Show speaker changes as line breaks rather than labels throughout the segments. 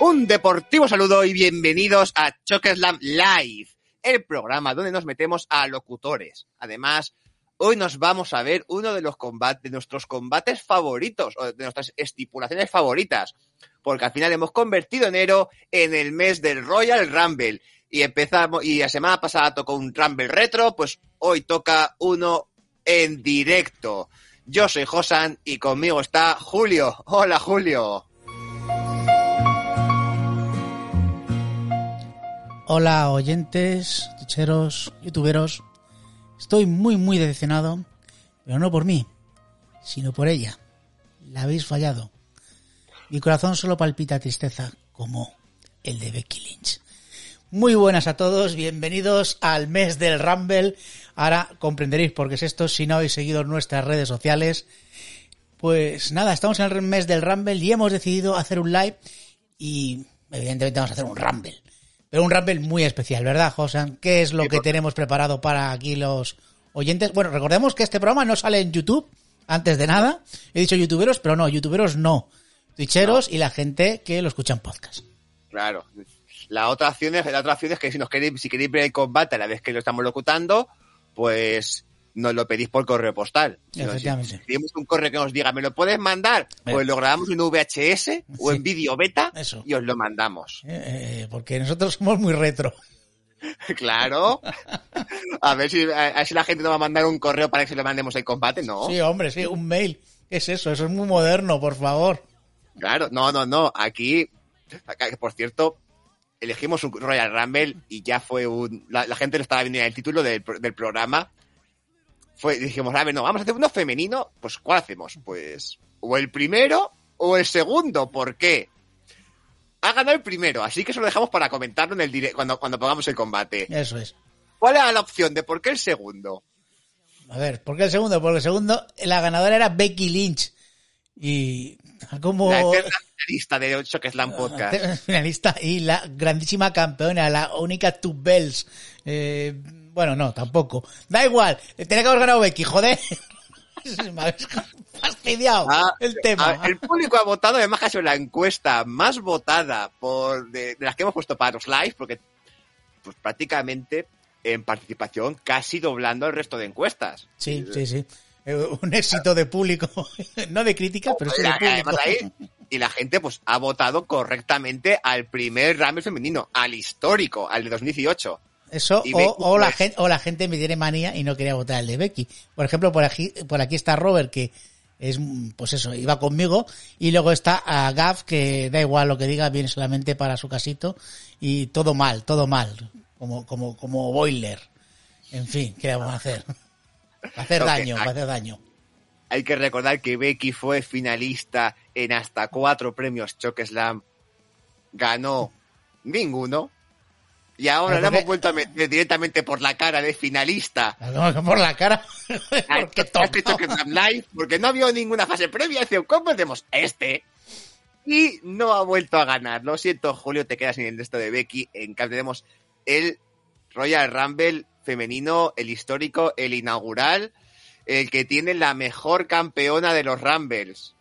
Un deportivo saludo y bienvenidos a Chokeslam Live, el programa donde nos metemos a locutores. Además, hoy nos vamos a ver uno de los combates, de nuestros combates favoritos, o de nuestras estipulaciones favoritas, porque al final hemos convertido enero en el mes del Royal Rumble. Y empezamos, y la semana pasada tocó un Rumble retro, pues hoy toca uno en directo. Yo soy Josan y conmigo está Julio. Hola Julio.
Hola oyentes, tucheros, youtuberos. Estoy muy muy decepcionado, pero no por mí, sino por ella. La habéis fallado. Mi corazón solo palpita tristeza como el de Becky Lynch. Muy buenas a todos, bienvenidos al mes del Rumble. Ahora comprenderéis por qué es esto si no habéis seguido nuestras redes sociales. Pues nada, estamos en el mes del Rumble y hemos decidido hacer un live y evidentemente vamos a hacer un Rumble. Pero un Rumble muy especial, ¿verdad, Josan? ¿Qué es lo
Sí,
que
por-
tenemos preparado para aquí los oyentes? Bueno, recordemos que este programa no sale en YouTube, antes de nada. He dicho youtuberos, pero no, youtuberos no. Twitcheros y la gente que lo escucha en podcast.
Claro. La otra opción es, la otra opción es que si nos queréis, si queréis ver el combate a la vez que lo estamos locutando, pues nos lo pedís por correo postal. Si nos-
Efectivamente.
Si pedimos un correo que nos diga, ¿me lo puedes mandar?
Bien.
Pues lo grabamos en VHS o
Sí.
en vídeo beta
Eso.
y os lo mandamos.
Eh, eh, porque nosotros somos muy retro.
claro. a ver si, a, a ver si la gente nos va a mandar un correo para que se lo mandemos el combate. No.
Sí, hombre, sí, un mail. ¿Qué es eso? Eso es muy moderno, por favor.
Claro, no, no, no. Aquí, acá, que por cierto, elegimos un Royal Rumble y ya fue un. La, la gente lo estaba viendo en el título del, pro- del programa. Fue, dijimos, a ver, no, vamos a hacer uno femenino. Pues, ¿cuál hacemos? Pues, o el primero o el segundo. ¿Por qué? Ha ganado el primero, así que eso lo dejamos para comentarlo en el dire- cuando, cuando pongamos el combate.
Eso es.
¿Cuál era la opción de por qué el segundo?
A ver, ¿por qué el segundo? Porque el segundo, la ganadora era Becky Lynch. Y como
La eterna lista de Shock Slam Podcast.
finalista y la grandísima campeona, la única Two Bells. Eh, bueno, no, tampoco. Da igual, tenía que haber ganado Becky, joder. Me habéis fastidiado
Ah,
el tema.
a- el público ha votado, además que ha sido la encuesta más votada por de, de las que hemos puesto para los live, porque pues, prácticamente en participación casi doblando el resto de encuestas.
Sí, sí, sí. Eh, Un éxito de público. No de crítica, pero sí de
La-
público.
además ahí, y la gente pues ha votado correctamente al primer Rumble femenino, al histórico, al de 2018.
Eso,
Y
o,
Becky,
o la
pues-
gente, o la gente me tiene manía y no quería votar el de Becky. Por ejemplo, por aquí, por aquí está Robert, que es, mm, pues eso, iba conmigo. Y luego está a Gav, que da igual lo que diga, viene solamente para su casito. Y todo mal, todo mal. Como, como, como boiler. En fin, ¿qué le vamos a hacer? Va a hacer
Lo que-
daño, va a hacer daño.
Hay que recordar que Becky fue finalista en hasta cuatro premios Choke Slam. Ganó ninguno. Y ahora
Pero
la
porque-
hemos vuelto a meter directamente por la cara de finalista.
Por la cara.
al
Porque
este Choke Slam Live, porque no había ninguna fase previa. Dice, ¿cómo hacemos este? Y no ha vuelto a ganar. Lo siento, Julio, te quedas sin el resto de Becky. En cambio, tenemos el Royal Rumble femenino, el histórico, el inaugural, el que tiene la mejor campeona de los Rumbles.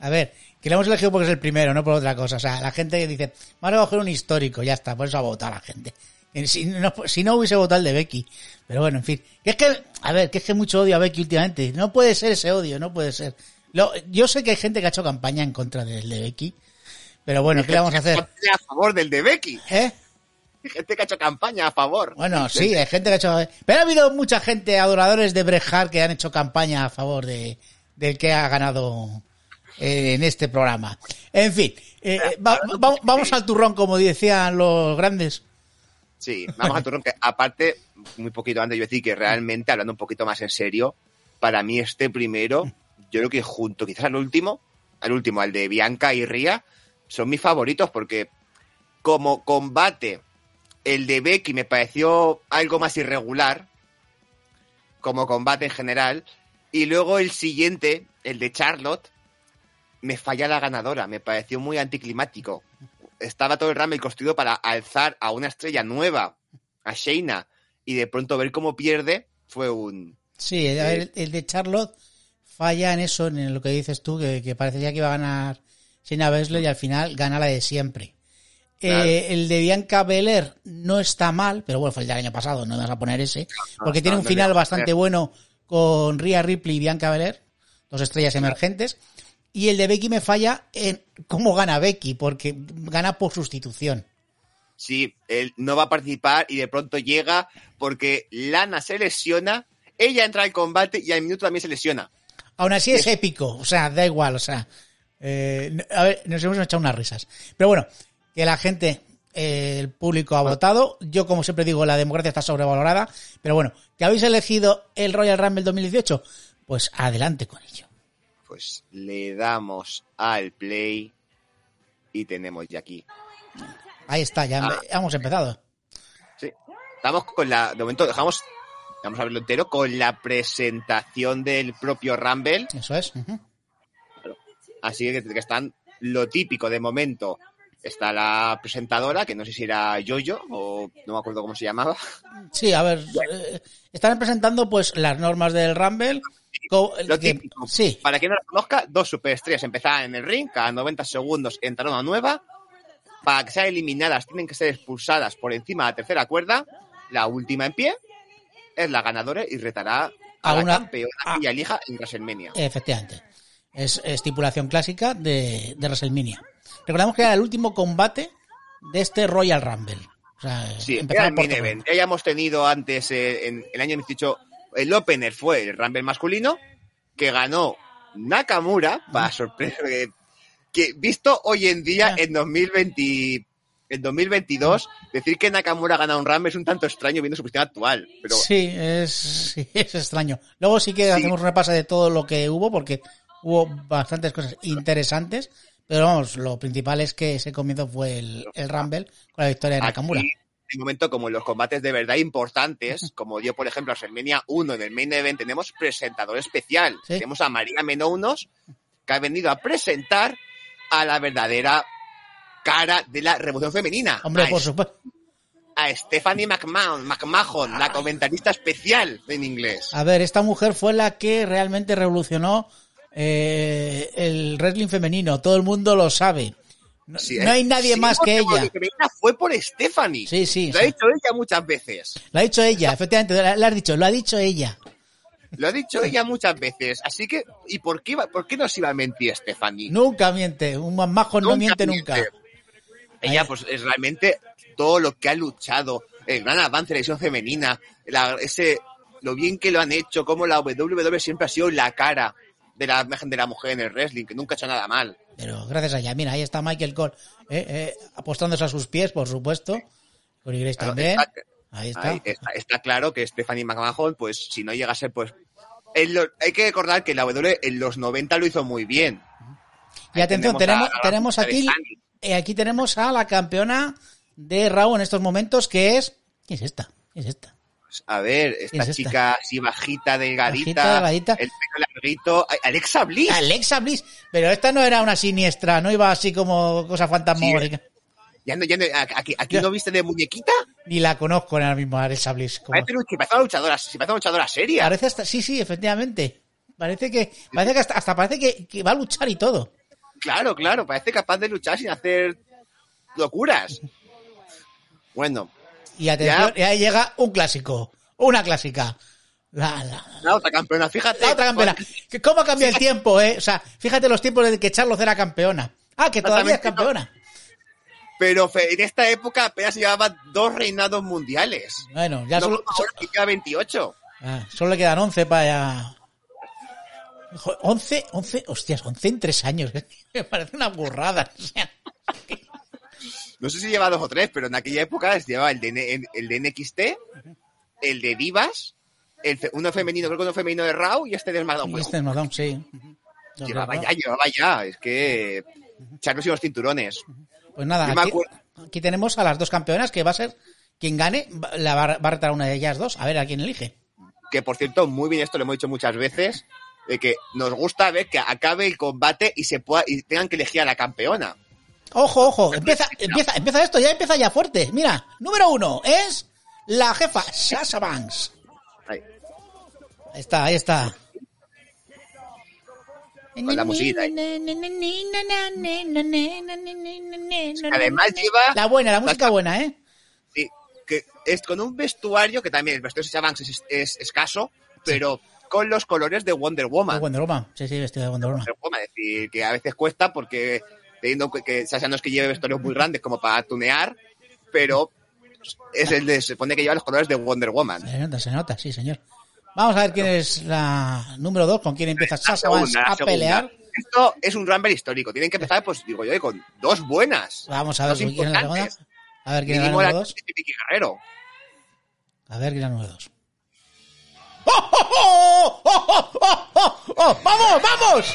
A ver, que lo hemos elegido porque es el primero, no por otra cosa. O sea, la gente que dice, vamos a coger un histórico, ya está, por eso ha votado la gente. En- Si no, si no hubiese votado el de Becky. Pero bueno, en fin. Que es que, a ver, que es que mucho odio a Becky últimamente. No puede ser ese odio, no puede ser. Lo- yo sé que hay gente que ha hecho campaña en contra del de Becky. Pero bueno, ¿qué le vamos a hacer?
Campaña a favor del de Becky.
¿Eh?
Gente que ha hecho campaña a favor.
Bueno, sí, hay gente que ha hecho. Pero ha habido mucha gente, adoradores de Bret Hart, que han hecho campaña a favor de, del que ha ganado eh, en este programa. En fin, eh, va- va- vamos al turrón, como decían los grandes.
Sí, vamos a turno. Que aparte, muy poquito antes, yo decir que realmente, hablando un poquito más en serio, para mí este primero, yo creo que junto quizás al último, al último, al de Bianca y Ría, son mis favoritos porque como combate, el de Becky me pareció algo más irregular, como combate en general, y luego el siguiente, el de Charlotte, me falla la ganadora, me pareció muy anticlimático. Estaba todo el Rumble construido para alzar a una estrella nueva, a Shayna, y de pronto ver cómo pierde fue un...
Sí,
Eh,
a ver, el, el de Charlotte falla en eso, en lo que dices tú, que, que parecía que iba a ganar Shayna Baszler y al final gana la de siempre.
Claro.
Eh, el de Bianca Belair no está mal, pero bueno, fue el del año pasado, no vas a poner ese, porque
no,
tiene
no
un
le Eh.
final
vas a
bastante
poner.
bueno con Rhea Ripley y Bianca Belair, dos estrellas emergentes, y el de Becky me falla en cómo gana Becky, porque gana por sustitución.
Sí, él no va a participar y de pronto llega porque Lana se lesiona, ella entra al combate y al minuto también se lesiona.
Aún así es épico, o sea, da igual, o sea. eh, n- a ver, nos hemos echado unas risas. Pero bueno, que la gente, eh, el público ha votado. Yo, como siempre digo, la democracia está sobrevalorada. Pero bueno, que habéis elegido el Royal Rumble 2018, pues adelante con ello.
Pues le damos al play y tenemos ya aquí.
Ahí está, ya
Ah.
hemos empezado.
Sí. Estamos con la. De momento dejamos. Vamos a verlo entero con la presentación del propio Rumble.
Eso es. ujú.
Así que, que están lo típico de momento. Está la presentadora, que no sé si era Yoyo o no me acuerdo cómo se llamaba.
Sí, a ver. eh, están presentando pues las normas del Rumble. co-
Lo
que-
típico.
sí,
Para quien no la conozca, dos superestrellas empezaban en el ring, cada 90 segundos entra una nueva. Para que sean eliminadas, tienen que ser expulsadas por encima de la tercera cuerda. La última en pie es la ganadora y retará a,
A
la
una-
campeona
a-
que ella elija en WrestleMania.
Efectivamente. Es estipulación clásica de, de WrestleMania. Recordamos que era el último combate de este Royal Rumble. O sea,
Sí,
empezaba
era el
por
main
todo.
event. Ya hemos tenido antes, eh, en el año 2018, el opener fue el Rumble masculino, que ganó Nakamura, para sorpresa, que, que visto hoy en día,
Ah.
en 2020, en 2022, decir que Nakamura gana un Rumble es un tanto extraño viendo su cuestión actual. Pero
Sí, es, sí, es extraño. Luego sí que hacemos un repaso de todo lo que hubo, porque hubo bastantes cosas interesantes. Pero vamos, lo principal es que ese comienzo fue el, el Rumble con la victoria de
aquí,
Nakamura.
de momento, como en los combates de verdad importantes, como dio, por ejemplo, a WrestleMania 1 en el main event, tenemos presentador especial.
Sí.
Tenemos a María Menounos, que ha venido a presentar a la verdadera cara de la revolución femenina.
Hombre,
a,
por supuesto.
a Stephanie McMahon, McMahon, la comentarista especial en inglés.
A ver, esta mujer fue la que realmente revolucionó eh, el wrestling femenino. Todo el mundo lo sabe. No,
Sí,
no hay
eh,
nadie
sí,
más
porque
que
por
ella.
lo creída Fue por Stephanie.
Sí, sí,
Lo ha
sí.
dicho ella muchas veces.
Lo ha dicho ella, efectivamente. Lo lo has dicho, lo ha dicho ella.
Lo ha dicho ella muchas veces. Así que, ¿y por qué, iba- por qué nos iba a mentir Stephanie?
Nunca miente. Un más majo no
Nunca
miente
miente.
nunca.
Ella,
Ahí-
pues, es realmente todo lo que ha luchado, el gran avance de la edición femenina, la- ese, lo bien que lo han hecho, como la WWE siempre ha sido la cara de la imagen de la mujer en el wrestling, que nunca ha hecho nada mal.
Pero gracias a ella. Mira, ahí está Michael Cole eh, eh, apostándose a sus pies, por supuesto. Corey Grace
Claro,
también.
está-
Ahí está.
Ahí eh, está, está claro que Stephanie McMahon, pues si no llega a ser, pues... en lo- hay que recordar que la WWE en los 90 lo hizo muy bien.
Y atención, tenemos,
tenemos a- a-
tenemos
a
aquí,
Dani.
eh, aquí tenemos a la campeona de Raw en estos momentos, que es. ¿Quién es esta? ¿Quién es esta?
Pues, a ver, esta
¿Quién es esta?
chica así bajita, delgadita,
Bajita, delgadita.
el pelo larguito, Alexa Bliss.
Alexa Bliss. Pero esta no era una siniestra, no iba así como cosa fantasmagórica.
Ya no, ya no, a- aquí, aquí
Ya.
no viste de muñequita.
Ni la conozco ahora mismo, Alexa Bliss. como-
Parece, luch- parece una luchadora, si parece una luchadora seria.
Parece hasta. Sí, sí, efectivamente. Parece que. Parece que hasta, hasta parece que, que va a luchar y todo.
Claro, claro, parece capaz de luchar sin hacer locuras. Bueno,
Y atención, y ahí llega un clásico. Una clásica. La, la-
la otra campeona, fíjate.
la otra campeona.
Con-
Que ¿Cómo cambia el tiempo, eh? O sea, fíjate los tiempos desde que Charlos era campeona. Ah, que todavía es
Exactamente,
campeona.
Pero fe- en esta época apenas se llevaban dos reinados mundiales.
Bueno, ya
No
solo,
como ahora que lleva 28.
ah, solo le quedan 11 para... Jo, 11, 11, hostias, 11 en 3 años. Me parece una burrada. o sea.
No sé si lleva dos o tres, pero en aquella época se llevaba el de, N- el de NXT, el de Divas, el fe- uno femenino, creo que uno femenino de Raw y este de SmackDown.
Y este es Madonna, sí. No,
Llevaba
no, no.
ya, llevaba ya. Es que. Charlos y los cinturones.
Pues nada,
Yo me
aquí,
acuerdo-
aquí tenemos a las dos campeonas que va a ser quien gane, va- la va, va a retar a una de ellas dos. A ver a quién elige.
Que por cierto, muy bien, esto lo hemos dicho muchas veces. De que nos gusta ver que acabe el combate y se pueda y tengan que elegir a la campeona.
Ojo, ojo, empieza, empieza, empieza esto, ya empieza ya fuerte. Mira, número uno es la jefa, Sasha Banks.
Ahí.
Ahí está, ahí está.
con la musiquita. ahí. además lleva-
La buena, la música buena, ¿eh?
Sí, que es con un vestuario que también el vestuario de Sasha Banks es, es escaso, pero con los colores de Wonder
De
Woman.
Wonder Woman. Pues Sí, sí, vestido de Wonder Woman.
Wonder Woman, es decir, que a veces cuesta porque teniendo que, que Sasha no es que lleve vestuarios muy grandes como para tunear, pero es el de, se supone que lleva los colores de Wonder Woman.
Se nota, se nota, sí, señor. Vamos a ver quién es la número dos, con quién empieza
La
Sasha Banks
segunda, la
a
segunda.
pelear.
Esto es un Rumble histórico. Tienen que empezar, pues digo yo, con dos buenas.
Vamos a ver
Dos
quién es la segunda.
importantes.
A ver quién es la
Mínimo la
número dos.
de Vicky Guerrero.
A ver quién es la número dos. ¡Oh, oh, oh! ¡Oh, oh, oh, oh, oh! ¡Vamos, vamos!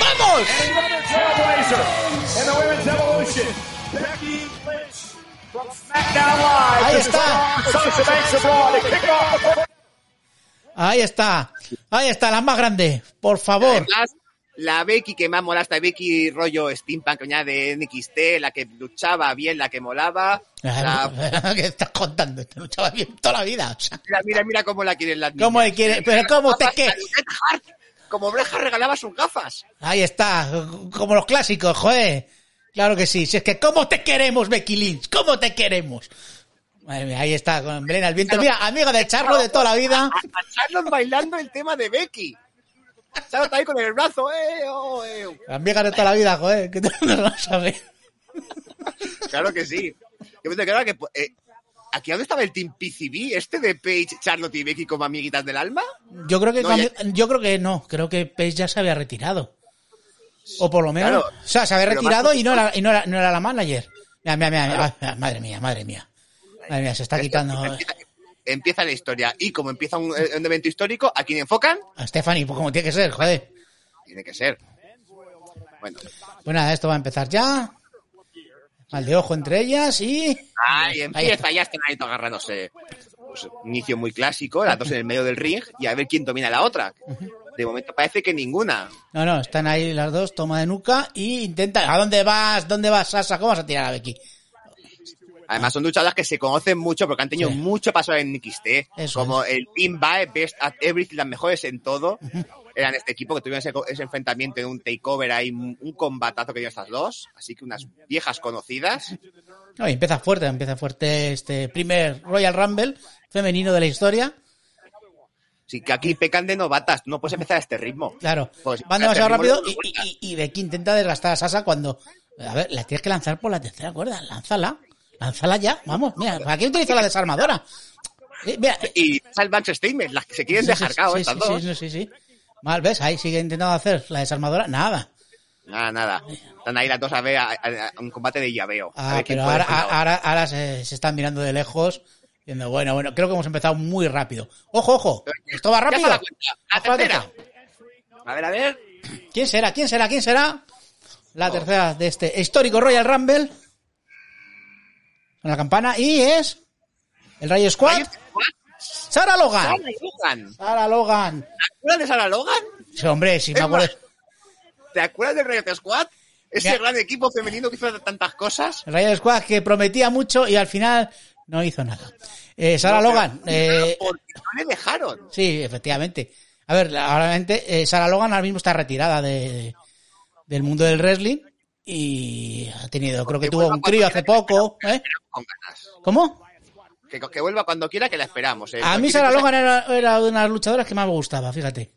¡Vamos!
And the women's trailblazer and the women's evolution, Becky Lynch from SmackDown Live.
Ahí
This is
está.
on Sasha Banks of Raw to kick off the
Ahí está. Ahí está, la más grande. Por favor.
Además, la Becky que más molesta, Becky rollo steampunk, que venía de NXT, la que luchaba bien, la que molaba. La-
¿Qué estás contando? Te luchaba bien toda la vida. O sea,
mira, mira, mira cómo la quieren las
¿Cómo
niñas.
le quiere? ¿Pero cómo te
Gafas,
qué?
la de Bret Hart, Como Breja regalaba sus gafas.
Ahí está, como los clásicos, joder. Claro que sí. Si es que, ¿cómo te queremos, Becky Lynch? ¿Cómo te queremos? Madre mía, ahí está, con Belén al viento. Mira, amiga de Charlo de toda la vida.
A, a Charlotte bailando el tema de Becky. Charlotte ahí con el brazo. eh, oh, eh.
Amiga de toda la vida, joder. ¿Qué te no lo vas a ver?
Claro que sí. Yo me quedaba que. eh, ¿Aquí dónde estaba el Team PCB? ¿Este de Paige, Charlotte y Becky como amiguitas del alma?
Yo creo que
No,
cuando-
ya-
yo creo que no, creo que Paige ya se había retirado. O por lo menos,
Claro.
o sea, se había
Pero
retirado
más-
y no era, y no era, no era la manager. Mira, mira, mira, mira. Ah, madre mía, madre mía. Madre mía, se está quitando
Empieza, empieza la historia. Y como empieza un, eh, un evento histórico, ¿a quién enfocan?
a Stephanie, pues como tiene que ser, joder.
Tiene que ser. Bueno.
Pues nada, esto va a empezar ya. Mal de ojo entre ellas y.
Ahí
está.
empieza, ya están ahí todos agarrándose. Pues, un inicio muy clásico, las dos en el medio del ring y a ver quién domina la otra. De momento parece que ninguna.
No, no, están ahí las dos, toma de nuca y intenta. ¿A dónde vas? ¿Dónde vas, Sasa? ¿Cómo vas a tirar a Becky?
Además son luchadoras que se conocen mucho porque han tenido
Sí.
mucho paso en NXT.
Eso
como el Team Bae, Best at Everything, las mejores en todo. Eran este equipo que tuvieron ese, co- ese enfrentamiento en un takeover, hay un combatazo que dio estas dos. Así que unas viejas conocidas.
No, y empieza fuerte, empieza fuerte este primer Royal Rumble femenino de la historia.
Así que aquí pecan de novatas, no puedes empezar a este ritmo.
Claro,
Pues,
van demasiado
este ritmo
rápido
no
y,
lo cuenta.
y, y- y Becky intenta desgastar a Sasa cuando. A ver, la tienes que lanzar por la tercera cuerda, lánzala. Lánzala ya, vamos, mira, ¿para qué utiliza la desarmadora? Eh, mira,
Y Salvax Statement, las que se quieren
Sí,
dejar
sí,
cao,
sí,
estas
sí,
dos.
sí, sí, sí. Mal, ¿ves? Ahí sigue intentando hacer la desarmadora. Nada.
Nada, nada. Están ahí las dos a ver a, a- a un combate de llaveo. a
Ah,
ver quién
pero
puede
ahora,
con la otra.
ahora, ahora se, se están mirando de lejos. Diciendo, bueno, bueno, creo que hemos empezado muy rápido. Ojo, ojo. Esto va
Ya se
rápido.
da cuenta. La
Ojo a la
tercera.
ah.
A ver, a ver.
¿Quién será? ¿Quién será? ¿Quién será? La tercera de este histórico Royal Rumble. Con la campana. Y es. El Rayo Squad.
Ahí está.
Sara
Sarah
Logan.
Logan.
Sara Logan.
¿Te acuerdas de Sarah Logan?
Sí, hombre, si me
Es
acuerdo.
más, ¿Te acuerdas del Riot Squad? Ese
Mira.
gran equipo femenino que hizo tantas cosas.
El Rayo Squad que prometía mucho y al final no hizo nada. Eh, Sara
No,
Logan.
pero-
eh,
Porque no le dejaron.
sí, efectivamente. A ver, la- obviamente, eh, Sara Logan ahora mismo está retirada de, del mundo del wrestling y ha tenido, creo que
Que
tuvo
vuelva
un trío
cuando
hace
quiera, que la
poco. ¿eh?
esperamos Con ganas.
¿Cómo?
Que, que vuelva cuando quiera, que la esperamos. eh.
A mí
Cualquier
Sara
cosa-
Logan era, era una de las luchadoras que más me gustaba, fíjate.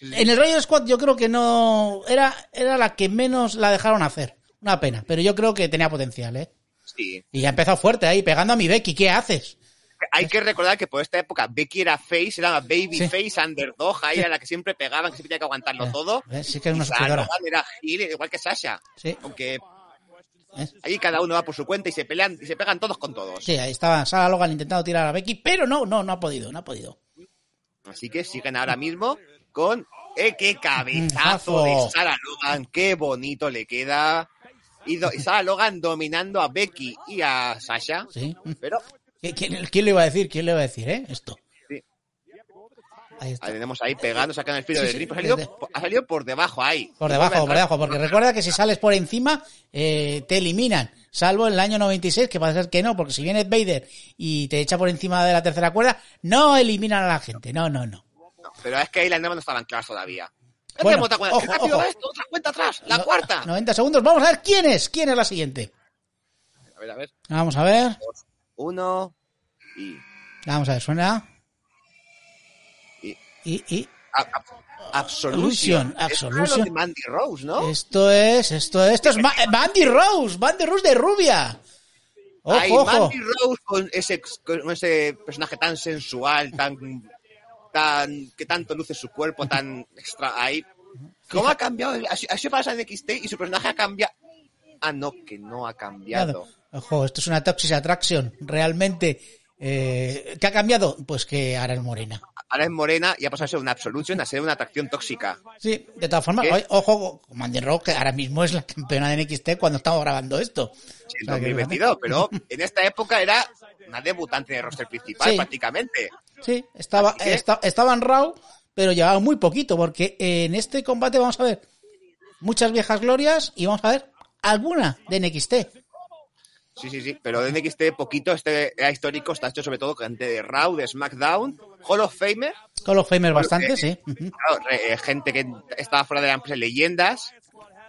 En el Rayo Squad yo creo que no... Era, era la que menos la dejaron hacer. Una pena, pero yo creo que tenía potencial, ¿eh?
Sí.
Y ya empezó fuerte ahí, pegando a mi Becky. ¿Qué haces?
Hay que recordar que por esta época Becky era face, era la baby
Sí.
face, underdog, ahí era la que siempre pegaban, que siempre tenía que aguantarlo
Eh,
todo.
eh, sí que es una
Y Sarah
sufridora.
Logan era heel, igual que Sasha.
Sí.
Aunque
¿Eh?
ahí cada uno va por su cuenta y se pelean y se pegan todos con todos.
Sí, ahí estaba Sara Logan intentando tirar a Becky, pero no, no, no ha podido, no ha podido.
Así que siguen ahora mismo con ¡Eh, qué cabezazo de
Cabezazo.
Sarah Logan! ¡Qué bonito le queda! Y, do- y Sarah Logan dominando a Becky y a Sasha.
Sí.
Pero
¿Qui- ¿Quién, quién le iba a decir? ¿Quién le iba a decir, eh? Esto.
Sí.
Ahí
ahí
está.
tenemos ahí pegando, sacando el filo
Sí,
del
sí,
ring. pero Ha
desde-
salido, po- ha salido por debajo ahí.
Por
Y vuelve
debajo, por
a entrar.
debajo, porque recuerda que si sales por encima, eh, te eliminan. Salvo en el año 96, que parece ser que no, porque si viene Vader y te echa por encima de la tercera cuerda, no eliminan a la gente. No, no, no.
No, pero es que ahí las normas no estaban claras todavía.
Bueno,
otra cuenta.
ojo,
rápido
ojo.
esto, otra cuenta atrás, la
No-
cuarta.
90 segundos. Vamos a ver quién es. ¿Quién es la siguiente?
A ver, a ver.
Vamos a ver.
Uno y.
Vamos a ver, suena.
Y-
Y, y
a- a- Absolution.
Absolution,
Es
Absolution.
lo de Mandy Rose, ¿no?
esto es, esto, esto es Ma- eh, Mandy Rose, Mandy Rose de rubia. Ojo,
Ay,
ojo.
Mandy Rose con ese, con ese personaje tan sensual, tan, tan que tanto luce su cuerpo, tan extra. Ahí. ¿Cómo ha cambiado? Ha sido ha sido para NXT y su personaje ha cambiado. Ah, no, que no ha cambiado.
Ojo, esto es una Toxic Attraction, realmente. Eh, ¿Qué ha cambiado? Pues que ahora es morena.
Ahora es morena y ha pasado a ser una Absolution, a ser una atracción tóxica.
Sí, de todas formas,
¿Qué?
oye, ojo con Mandy Rose, que ahora mismo es la campeona de NXT cuando estamos grabando esto.
Sí, en
O sea, que-
2022, pero en esta época era una debutante de roster principal
Sí.
prácticamente.
Sí, estaba,
Así que-
esta- estaba en Raw, pero llevaba muy poquito, porque en este combate vamos a ver muchas viejas glorias y vamos a ver alguna de NXT.
Sí, sí, sí, pero desde que esté poquito, este era histórico, está hecho sobre todo gente de Raw, de SmackDown, Hall of Famer,
Con los famers
Bueno,
bastante,
eh,
sí. Ujú.
claro, re- eh, gente que estaba fuera de la empresa, leyendas,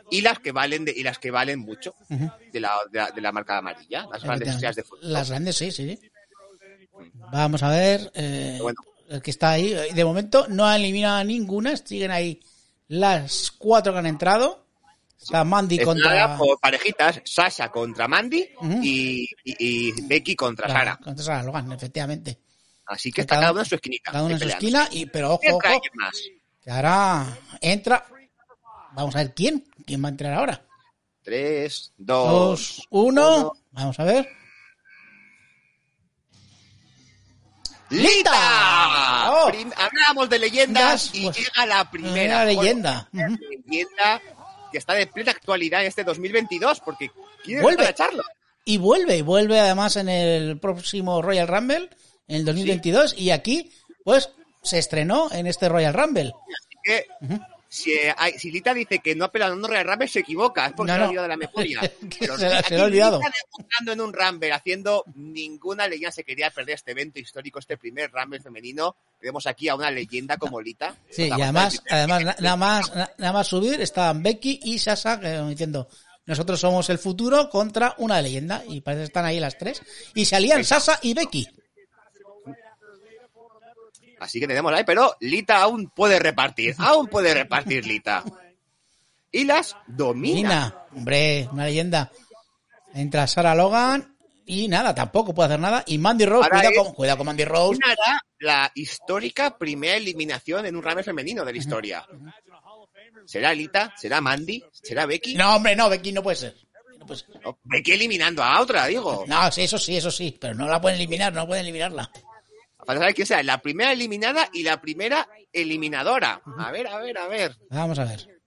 y las que valen de- y las que valen mucho
Ujú.
de la, de la, de la marca amarilla, las grandes estrellas de fútbol.
Las grandes, sí, sí. Vamos a ver. eh,
Bueno.
El que está ahí. eh, De momento no ha eliminado a ninguna. Siguen ahí las cuatro que han entrado. Está Mandy
Estrenada
contra.
Eh, por parejitas, Sasha contra Mandy
Ujú.
y, y- y Becky contra
claro,
Sara.
Contra Sara Logan, efectivamente.
Así que
Que
está
cada-
cada uno en su esquinita.
Cada
ahí
uno en su
peleando.
esquina. Y, pero ojo,
Entra
ojo.
alguien más.
Que ahora entra. Vamos a ver quién. ¿Quién va a entrar ahora?
Tres, dos,
Dos, uno.
Oh, uno.
Vamos a ver.
¡Lita!
¡Oh!
Prim- Hablábamos de leyendas
Das,
y
pues,
llega la primera.
una leyenda.
Bueno,
Ujú.
leyenda que está de plena actualidad en este 2022 porque quiere
Vuelve.
volver a Charlo.
Y vuelve. Y vuelve además en el próximo Royal Rumble. En el 2022. Y aquí, pues, se estrenó en este Royal Rumble.
Así que si, eh, hay- si Lita dice que no ha pelado en un Royal Rumble, se equivoca. Es porque
No,
se
no.
lo ha olvidado de la memoria.
Que se la- se la ha
aquí
olvidado.
Lita debutando en un Rumble, haciendo ninguna leyenda. Se quería perder este evento histórico, este primer Rumble femenino. Tenemos aquí a una leyenda como Lita.
Sí, y
Protagonista
además,
del
además na- nada más, na- nada más subir estaban Becky y Sasha que, diciendo nosotros somos el futuro contra una leyenda y parece que están ahí las tres y salían Sasha y Becky.
Así que tenemos ahí, pero Lita aún puede repartir, aún puede repartir Lita. Y las domina.
Nina, hombre, una leyenda. Entra Sara Logan y nada, tampoco puede hacer nada y Mandy Rose,
Ahora
cuidado
es-
con, cuidado con Mandy Rose.
Lina hará la histórica primera eliminación en un rame femenino de la historia. ¿Será Lita? ¿Será Mandy? ¿Será Becky?
No, hombre, no, Becky no puede ser. No, puede ser.
No, Becky eliminando a otra, digo.
No, sí, eso sí, eso sí, pero no la pueden eliminar, no pueden eliminarla.
Para saber quién sea la primera eliminada y la primera eliminadora. A ver, a ver, a ver.
Vamos a ver.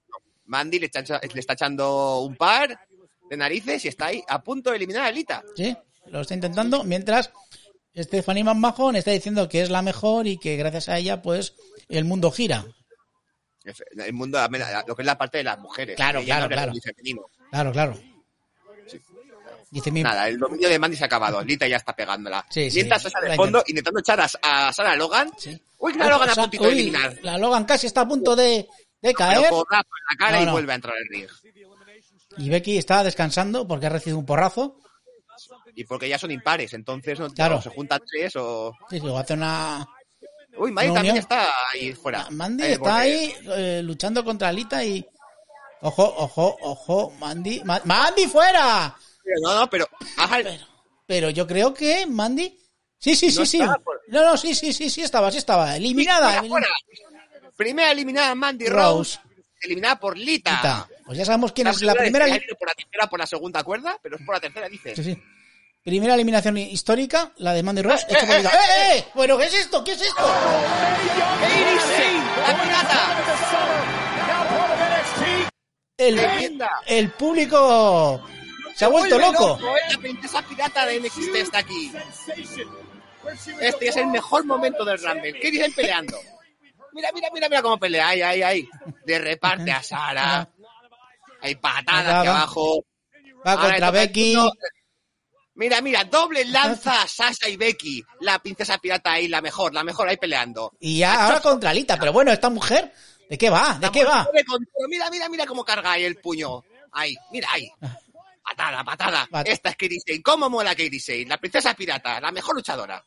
Mandy le, echa- le está echando un par de narices y está ahí a punto de eliminar a Lita.
Sí, lo está intentando, mientras Stephanie McMahon está diciendo que es la mejor y que gracias a ella, pues, el mundo gira.
El mundo, lo que es la parte de las mujeres.
Claro,
Ella
claro,
no habla
claro.
del femenino.
Claro, claro. Dice mi...
Nada, el dominio de Mandy se ha acabado. Lita ya está pegándola.
Sí, sí.
Mientras está
La
de fondo intentando echar a, a Sara Logan.
Sí.
Uy, que la Logan a
Sa-
puntito de
uy,
eliminar.
La Logan casi está a punto de, de
Pero
caer.
codazo en la cara
No,
y
no.
vuelve a entrar al ring.
Y Becky está descansando porque ha recibido un porrazo.
Y porque ya son impares, entonces no
Claro.
o se juntan tres o.
Sí, luego hace una...
Uy, Mandy
No,
también
unión.
está ahí fuera.
Mandy
Eh, porque-
está ahí eh, luchando contra Lita y... Ojo, ojo, ojo, Mandy... Ma- ¡Mandy fuera!
Eh, No, no, pero. ajá,
Pero, pero yo creo que Mandy. Sí, sí, sí,
No
sí.
estaba por-
No, no, sí, sí, sí, sí estaba, sí estaba. Eliminada.
fuera, fuera. Primera eliminada Mandy Rose.
Rose.
Eliminada por Lita.
Lita. Pues ya sabemos quién
La
es la primera.
decía, ¿ha ido por la tercera, por la segunda cuerda, pero es por la tercera, dice.
Sí, sí. Primera eliminación histórica, la de Mandy Rose.
Eh,
Esto
eh,
que diga,
eh,
¡Eh, eh! Bueno, ¿qué es esto? ¿Qué es esto?
¡La pirata!
El,
Leyenda.
el público se ha vuelto
Vuelve
loco.
La princesa pirata de NXT está aquí. Este es el mejor momento del Rumble. ¿Qué dicen peleando? Mira, mira, mira, mira cómo pelea. Ahí, ahí, ahí. Le reparte a Sara. Hay patadas
Patada.
hacia abajo.
Va
Ahora
contra
le toca el
Becky.
turno. Mira, mira, doble lanza a Sasha y Becky. La princesa pirata ahí, la mejor, la mejor ahí peleando.
Y ya ahora contra Lita. Pero bueno, esta mujer ¿De qué va? ¿De qué va?
Mira, mira, mira cómo carga ahí el puño. Ahí, mira ahí. Patada, patada.
Pat-
Esta es Katie Sane. ¿Cómo mola Katie Sane? La princesa pirata, la mejor luchadora.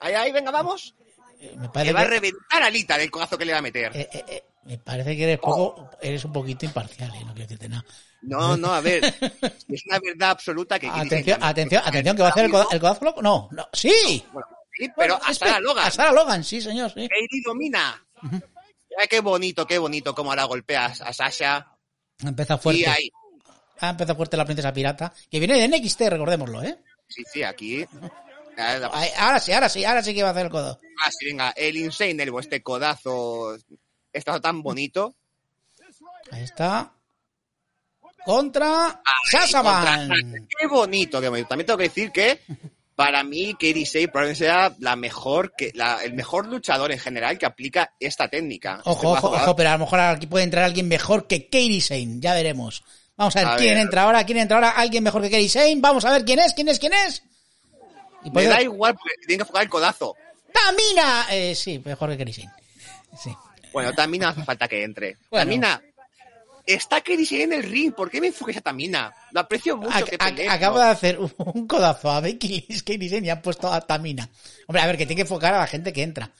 Ahí, ahí, venga, vamos.
Eh, Me
Le
parece
va a
que,
reventar a Lita del codazo que le va a meter.
eh, eh, eh, me parece que eres poco, eres un poquito imparcial, eh, no quiero decirte nada.
No, no, a ver. Es una verdad absoluta que. Katie Sane
Atención,
también-
atención, atención, que va a hacer el, coda- el codazo loco. No, no, sí.
Bueno, sí, pero
Bueno,
a Sara
espera,
Logan.
A Sarah Logan, sí, señor, sí.
Katie domina. Mira qué bonito, qué bonito cómo ahora golpeas a Sasha.
Empieza
Y
fuerte.
ahí.
Ha empezado fuerte la princesa pirata, que viene de NXT, recordémoslo, ¿eh?
Sí, sí, aquí. Ah, la-
Ay, Ahora sí, ahora sí, ahora sí que va a hacer el codo.
Ah, sí, venga, el Insane Elbow, este codazo. Está tan bonito.
Ahí está. Contra
Contra-
Sasaman.
Qué bonito, qué bonito. También tengo que decir que para mí Katie Sane probablemente sea la mejor, que, la- el mejor luchador en general que aplica esta técnica. Este
Ojo, ojo,
codazo.
ojo, pero a lo mejor aquí puede entrar alguien mejor que Katie Sane, ya veremos. Vamos a ver
A
quién
ver.
entra ahora, quién entra ahora, alguien mejor que Katie Sane, vamos a ver quién es, quién es, quién es. Y
Me
puede-
da igual porque tiene que jugar el codazo.
¡Tamina! Eh, sí, mejor que Katie Sane. Sí.
Bueno, Tamina hace falta que entre.
Bueno.
Tamina, está Katie Sane en el ring. ¿Por qué me enfoques a Tamina? Lo aprecio mucho.
Ac-
que
ac-
pelee,
acaba
¿no?
de hacer un codazo a Becky Lynch, Katie Sane y han puesto a Tamina. Hombre, a ver, que tiene que enfocar a la gente que entra.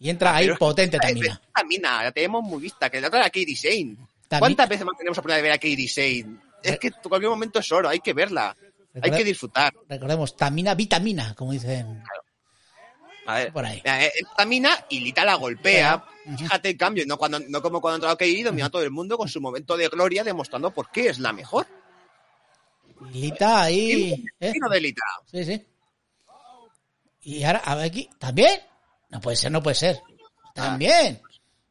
Y entra ahí
Pero-
potente
Esta
Tamina.
es Tamina, la tenemos muy vista, que la otra era Katie Sane.
Tami-
¿Cuántas veces más tenemos oportunidad de ver a Katie Sane?
Eh.
Es que tu- cualquier momento es oro, hay que verla. Hay
Recuerda-
que disfrutar.
Recordemos, Tamina, vitamina, como dicen.
A ver,
Por ahí.
mira, eh, Tamina y Lita la golpea. Fíjate el cambio, no, cuando, no como cuando ha entrado Katie, domina a todo el mundo con su momento de gloria, demostrando por qué es la mejor.
Lita ahí. ¿eh?
Y no de Lita.
Sí, sí. Y ahora, a Becky, ¿también? No puede ser, no puede ser. También.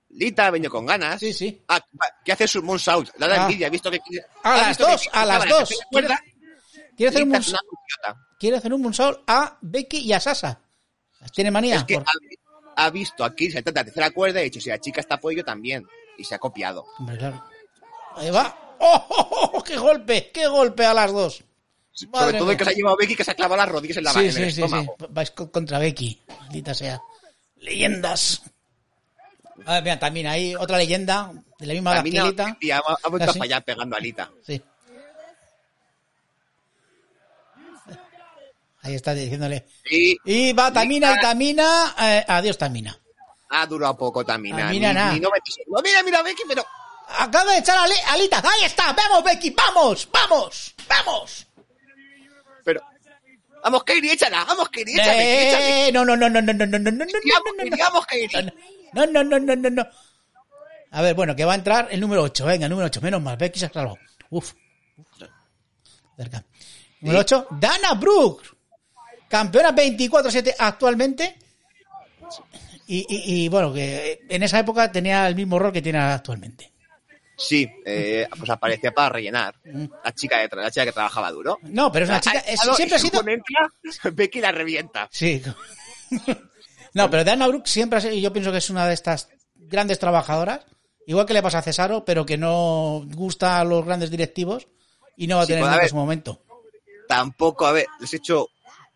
Lita ha venido con ganas.
Sí, sí.
Ah, ¿Qué hace su moonsault? La da
Ah.
envidia, ha visto que...
A
ha
las
visto que-
dos, a las dos.
¿Se acuerda?
Quiere hacer, un
Lita
moons-
es una copiota.
quiere hacer un moonsault a Becky y a Sasa. Las tiene manía.
Es que
por-
ha, ha visto aquí, se trata de la tercera cuerda y ha dicho, si la chica está apoyo yo también. Y se ha copiado.
Hombre, claro. Ahí va. ¡Oh, oh, oh, oh! qué golpe! ¡Qué golpe a las dos! Madre
Sobre todo
mía.
el que se ha llevado Becky, que se ha clavado las rodillas en la en
sí,
el
sí, sí, sí.
estómago.
Vais co- contra Becky. Maldita sea. Leyendas. A ver, mira, también hay otra leyenda de la misma
También ha,
Gasquilita.
y ha- ha vuelto
Así.
a fallar pegando a Alita.
Sí. Ahí está diciéndole.
Y
Y va Tamina y
Mira.
Tamina. eh, adiós, Tamina.
ha durado poco Tamina.
Tamina,
Ni-
nada.
ni 90 segundos. Mira, mira, Becky, pero...
Acaba de echar a Le- Alita. Ahí está. Vamos, Becky. Vamos, vamos, vamos.
pero vamos, Katie, échala. Vamos, Katie, échale. Katie, échale.
Eh, no, no, no, no, no, no, no, no, no, no,
Digamos,
no, no, no.
digamos, Katie.
No, no, no, no, no, no. A ver, bueno, que va a entrar el número 8. Venga, el número 8. Menos mal. Becky se ha salvado. Uf. Cerca. Número 8. Dana Brooke. Campeona 24-7 actualmente. Y, y- y, bueno, que en esa época tenía el mismo rol que tiene actualmente.
Sí, eh, pues aparecía para rellenar. La chica, de tra- la chica que trabajaba duro.
No, pero es una Pues chica.
Ha
es-
llegado
siempre ha
y
sido.
según entra, Becky la revienta.
Sí. No, pero Dana Brooke siempre ha sido. Yo pienso que es una de estas grandes trabajadoras. Igual que le pasa a Cesaro, pero que no gusta a los grandes directivos y no va a
Sí,
tener
pues, a
nunca
ver.
su momento.
Tampoco, a ver, les he hecho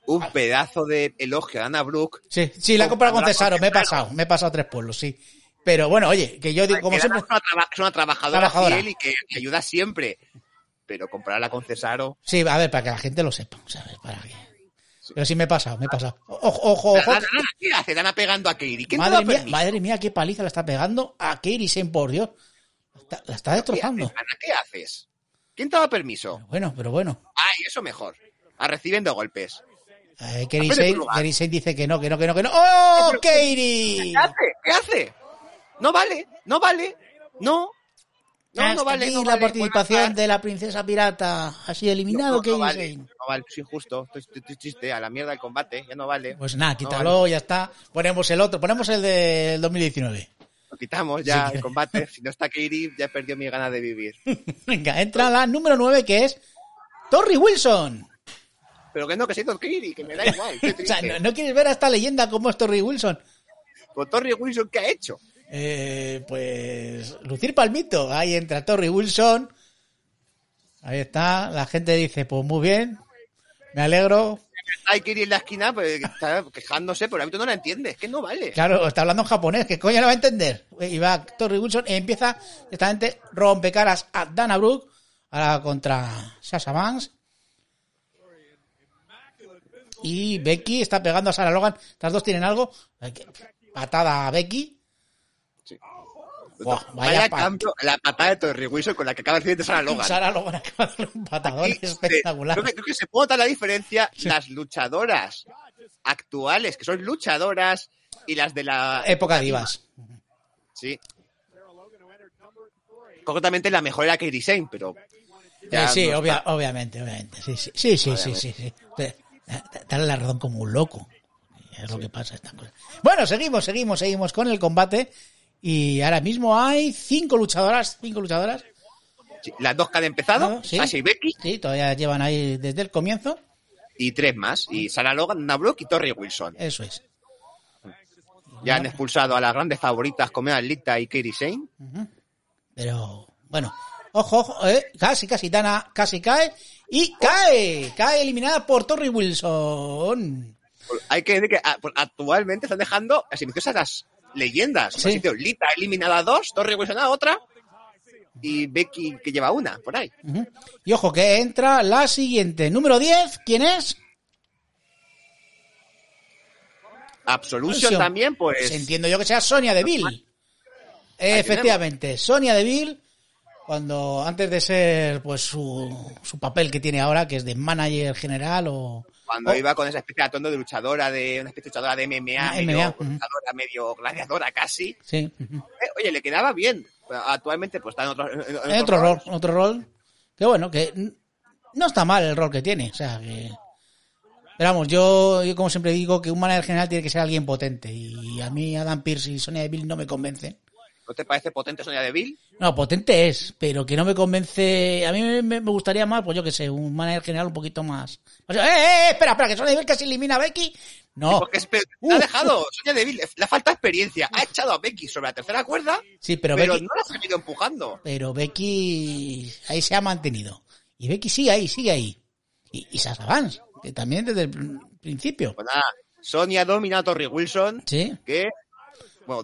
un pedazo de elogio a Ana Brooke.
Sí, sí, la he comprado con
Comparado
Cesaro,
con
me he
Oh, Cesaro.
pasado, me he pasado tres pueblos, sí. Pero bueno, oye, que yo digo, como
Que
siempre,
Ana Es una, traba- es una trabajadora,
Trabajadora.
fiel y que que ayuda siempre. Pero compararla con Cesaro.
sí, a ver, para que la gente lo sepa, ¿sabes? Para que... Pero sí me he pasado, me he pasado. Ojo, ojo, ojo.
Dana, Dana, ¿Qué hace? Dana pegando a Katie. ¿Quién te lo
Madre
ha
mía,
permitido?
madre mía, qué paliza la está pegando a Kairi Sen, por Dios. La está, la está
¿Qué haces,
destrozando.
Dana? ¿Qué haces? ¿Quién te da permiso?
Bueno, pero bueno.
Ay, eso mejor. A recibiendo golpes.
Eh, Kairi
Aprende tu
Sen-
lugar.
Kairi Sen dice que no, que no, que no, que no. ¡Oh, Kairi!
¿Qué hace? ¿Qué hace? No vale, no vale, no. No,
Hasta
no vale,
aquí
no
la
vale.
participación
Vuelve a
de la princesa pirata. Ha sido
No,
eliminado
no,
Kairi
no vale,
Sen.
no vale, es injusto, esto es esto es chiste, a la mierda el combate, ya no vale.
Pues nada,
No
quítalo, ya está. Ponemos el otro, ponemos el del 2019.
Lo quitamos ya
Sí, que-
el combate. Si no está Katie, ya perdió mi gana de vivir.
Venga, entra la número 9 que es Torry Wilson.
Pero que no, que se hizo Katie, que me da igual. qué
O sea,
triste.
¿no, no quieres ver a esta leyenda como es Torry Wilson?
Con Torrey Wilson, ¿qué ha hecho?
Eh, pues lucir palmito. Ahí entra Torry Wilson. Ahí está. La gente dice, pues muy bien. Me alegro.
Taikiri en la esquina pues, está quejándose, pero el árbitro no la entiende, es que no vale.
Claro, está hablando en japonés, que coño no va a entender. Y va Torrey Wilson y empieza directamente rompe caras a Dana Brooke, ahora contra Sasha Banks. Y Becky está pegando a Sarah Logan. Estas dos tienen algo. Patada a Becky. Buah, vaya
vaya
pat-
cambio, la patada de Torrey Wilson con la que acaba el siguiente Sara Logan.
Sarah Logan acaba de darle un patadón
Aquí se-
espectacular.
creo, que, creo que se puede notar la diferencia las luchadoras actuales, que son luchadoras, y las de la...
Época divas.
Sí. Concretamente la mejor era Katie Sane, pero... ya
Eh, sí,
no
obvia-
está.
obviamente, obviamente. Sí, sí, sí, sí, sí, sí, sí. Te- te- Dale la razón como un loco. Es lo que pasa esta cosa. Bueno, seguimos, seguimos, seguimos con el combate. Y ahora mismo hay cinco luchadoras, cinco luchadoras.
Sí, Las dos que han empezado,
¿no? Ah, Sí.
Sasha y Becky,
Sí, todavía llevan ahí desde el comienzo.
y tres más. Y Sarah Logan, Nabrook y Torrey Wilson.
Eso es.
Ya han expulsado a las grandes favoritas como eran Lita y Katie Sane.
Pero, bueno. Ojo, ojo, eh, casi, casi, Dana, casi cae. Y cae, cae eliminada por Torrey Wilson.
Hay que decir que a- por- actualmente están dejando silenciosas las leyendas. Por
Sí.
sitio, Lita eliminada a dos, Torre Wilson a otra y Becky que lleva una, por ahí.
Ujú. Y ojo que entra la siguiente, número 10, ¿quién es?
Absolution también, pues...
Pues Entiendo yo que sea Sonia Deville. Efectivamente, Sonia Deville, cuando antes de ser pues su, su papel que tiene ahora, que es de manager general o...
Cuando
o-
iba con esa especie de atuendo de luchadora, de una especie de luchadora de MMA,
Oh. Ah,
medio,
MMA, ujú.
luchadora, medio gladiadora casi.
Sí, ujú.
Eh, oye, le quedaba bien. Bueno, Actualmente pues está en otro, en- en
Eh, otro rol, otro rol. Que bueno, que n- no está mal el rol que tiene. O sea, que... Pero vamos, yo, yo como siempre digo que un manager general tiene que ser alguien potente. Y a mí Adam Pierce y Sonia Deville no me convencen.
¿No te parece potente Sonia Deville?
No, potente es, pero que no me convence. A mí me, me- me gustaría más, pues yo que sé, un manager general un poquito más. O sea, ¡eh, eh, eh! Espera, espera, que Sonia Deville casi elimina a Becky. No,
Porque es-
Uh.
la ha dejado Sonia Deville, la falta de experiencia. Ha echado a Becky sobre la tercera cuerda,
sí, pero,
pero,
Becky.
no la ha seguido empujando.
Pero Becky ahí se ha mantenido. Y Becky sigue ahí, sigue ahí. Y, y Sasha Banks, que también desde el pr- principio.
Pues nada, Sonia domina a Torrey Wilson,
Sí.
que... Bueno,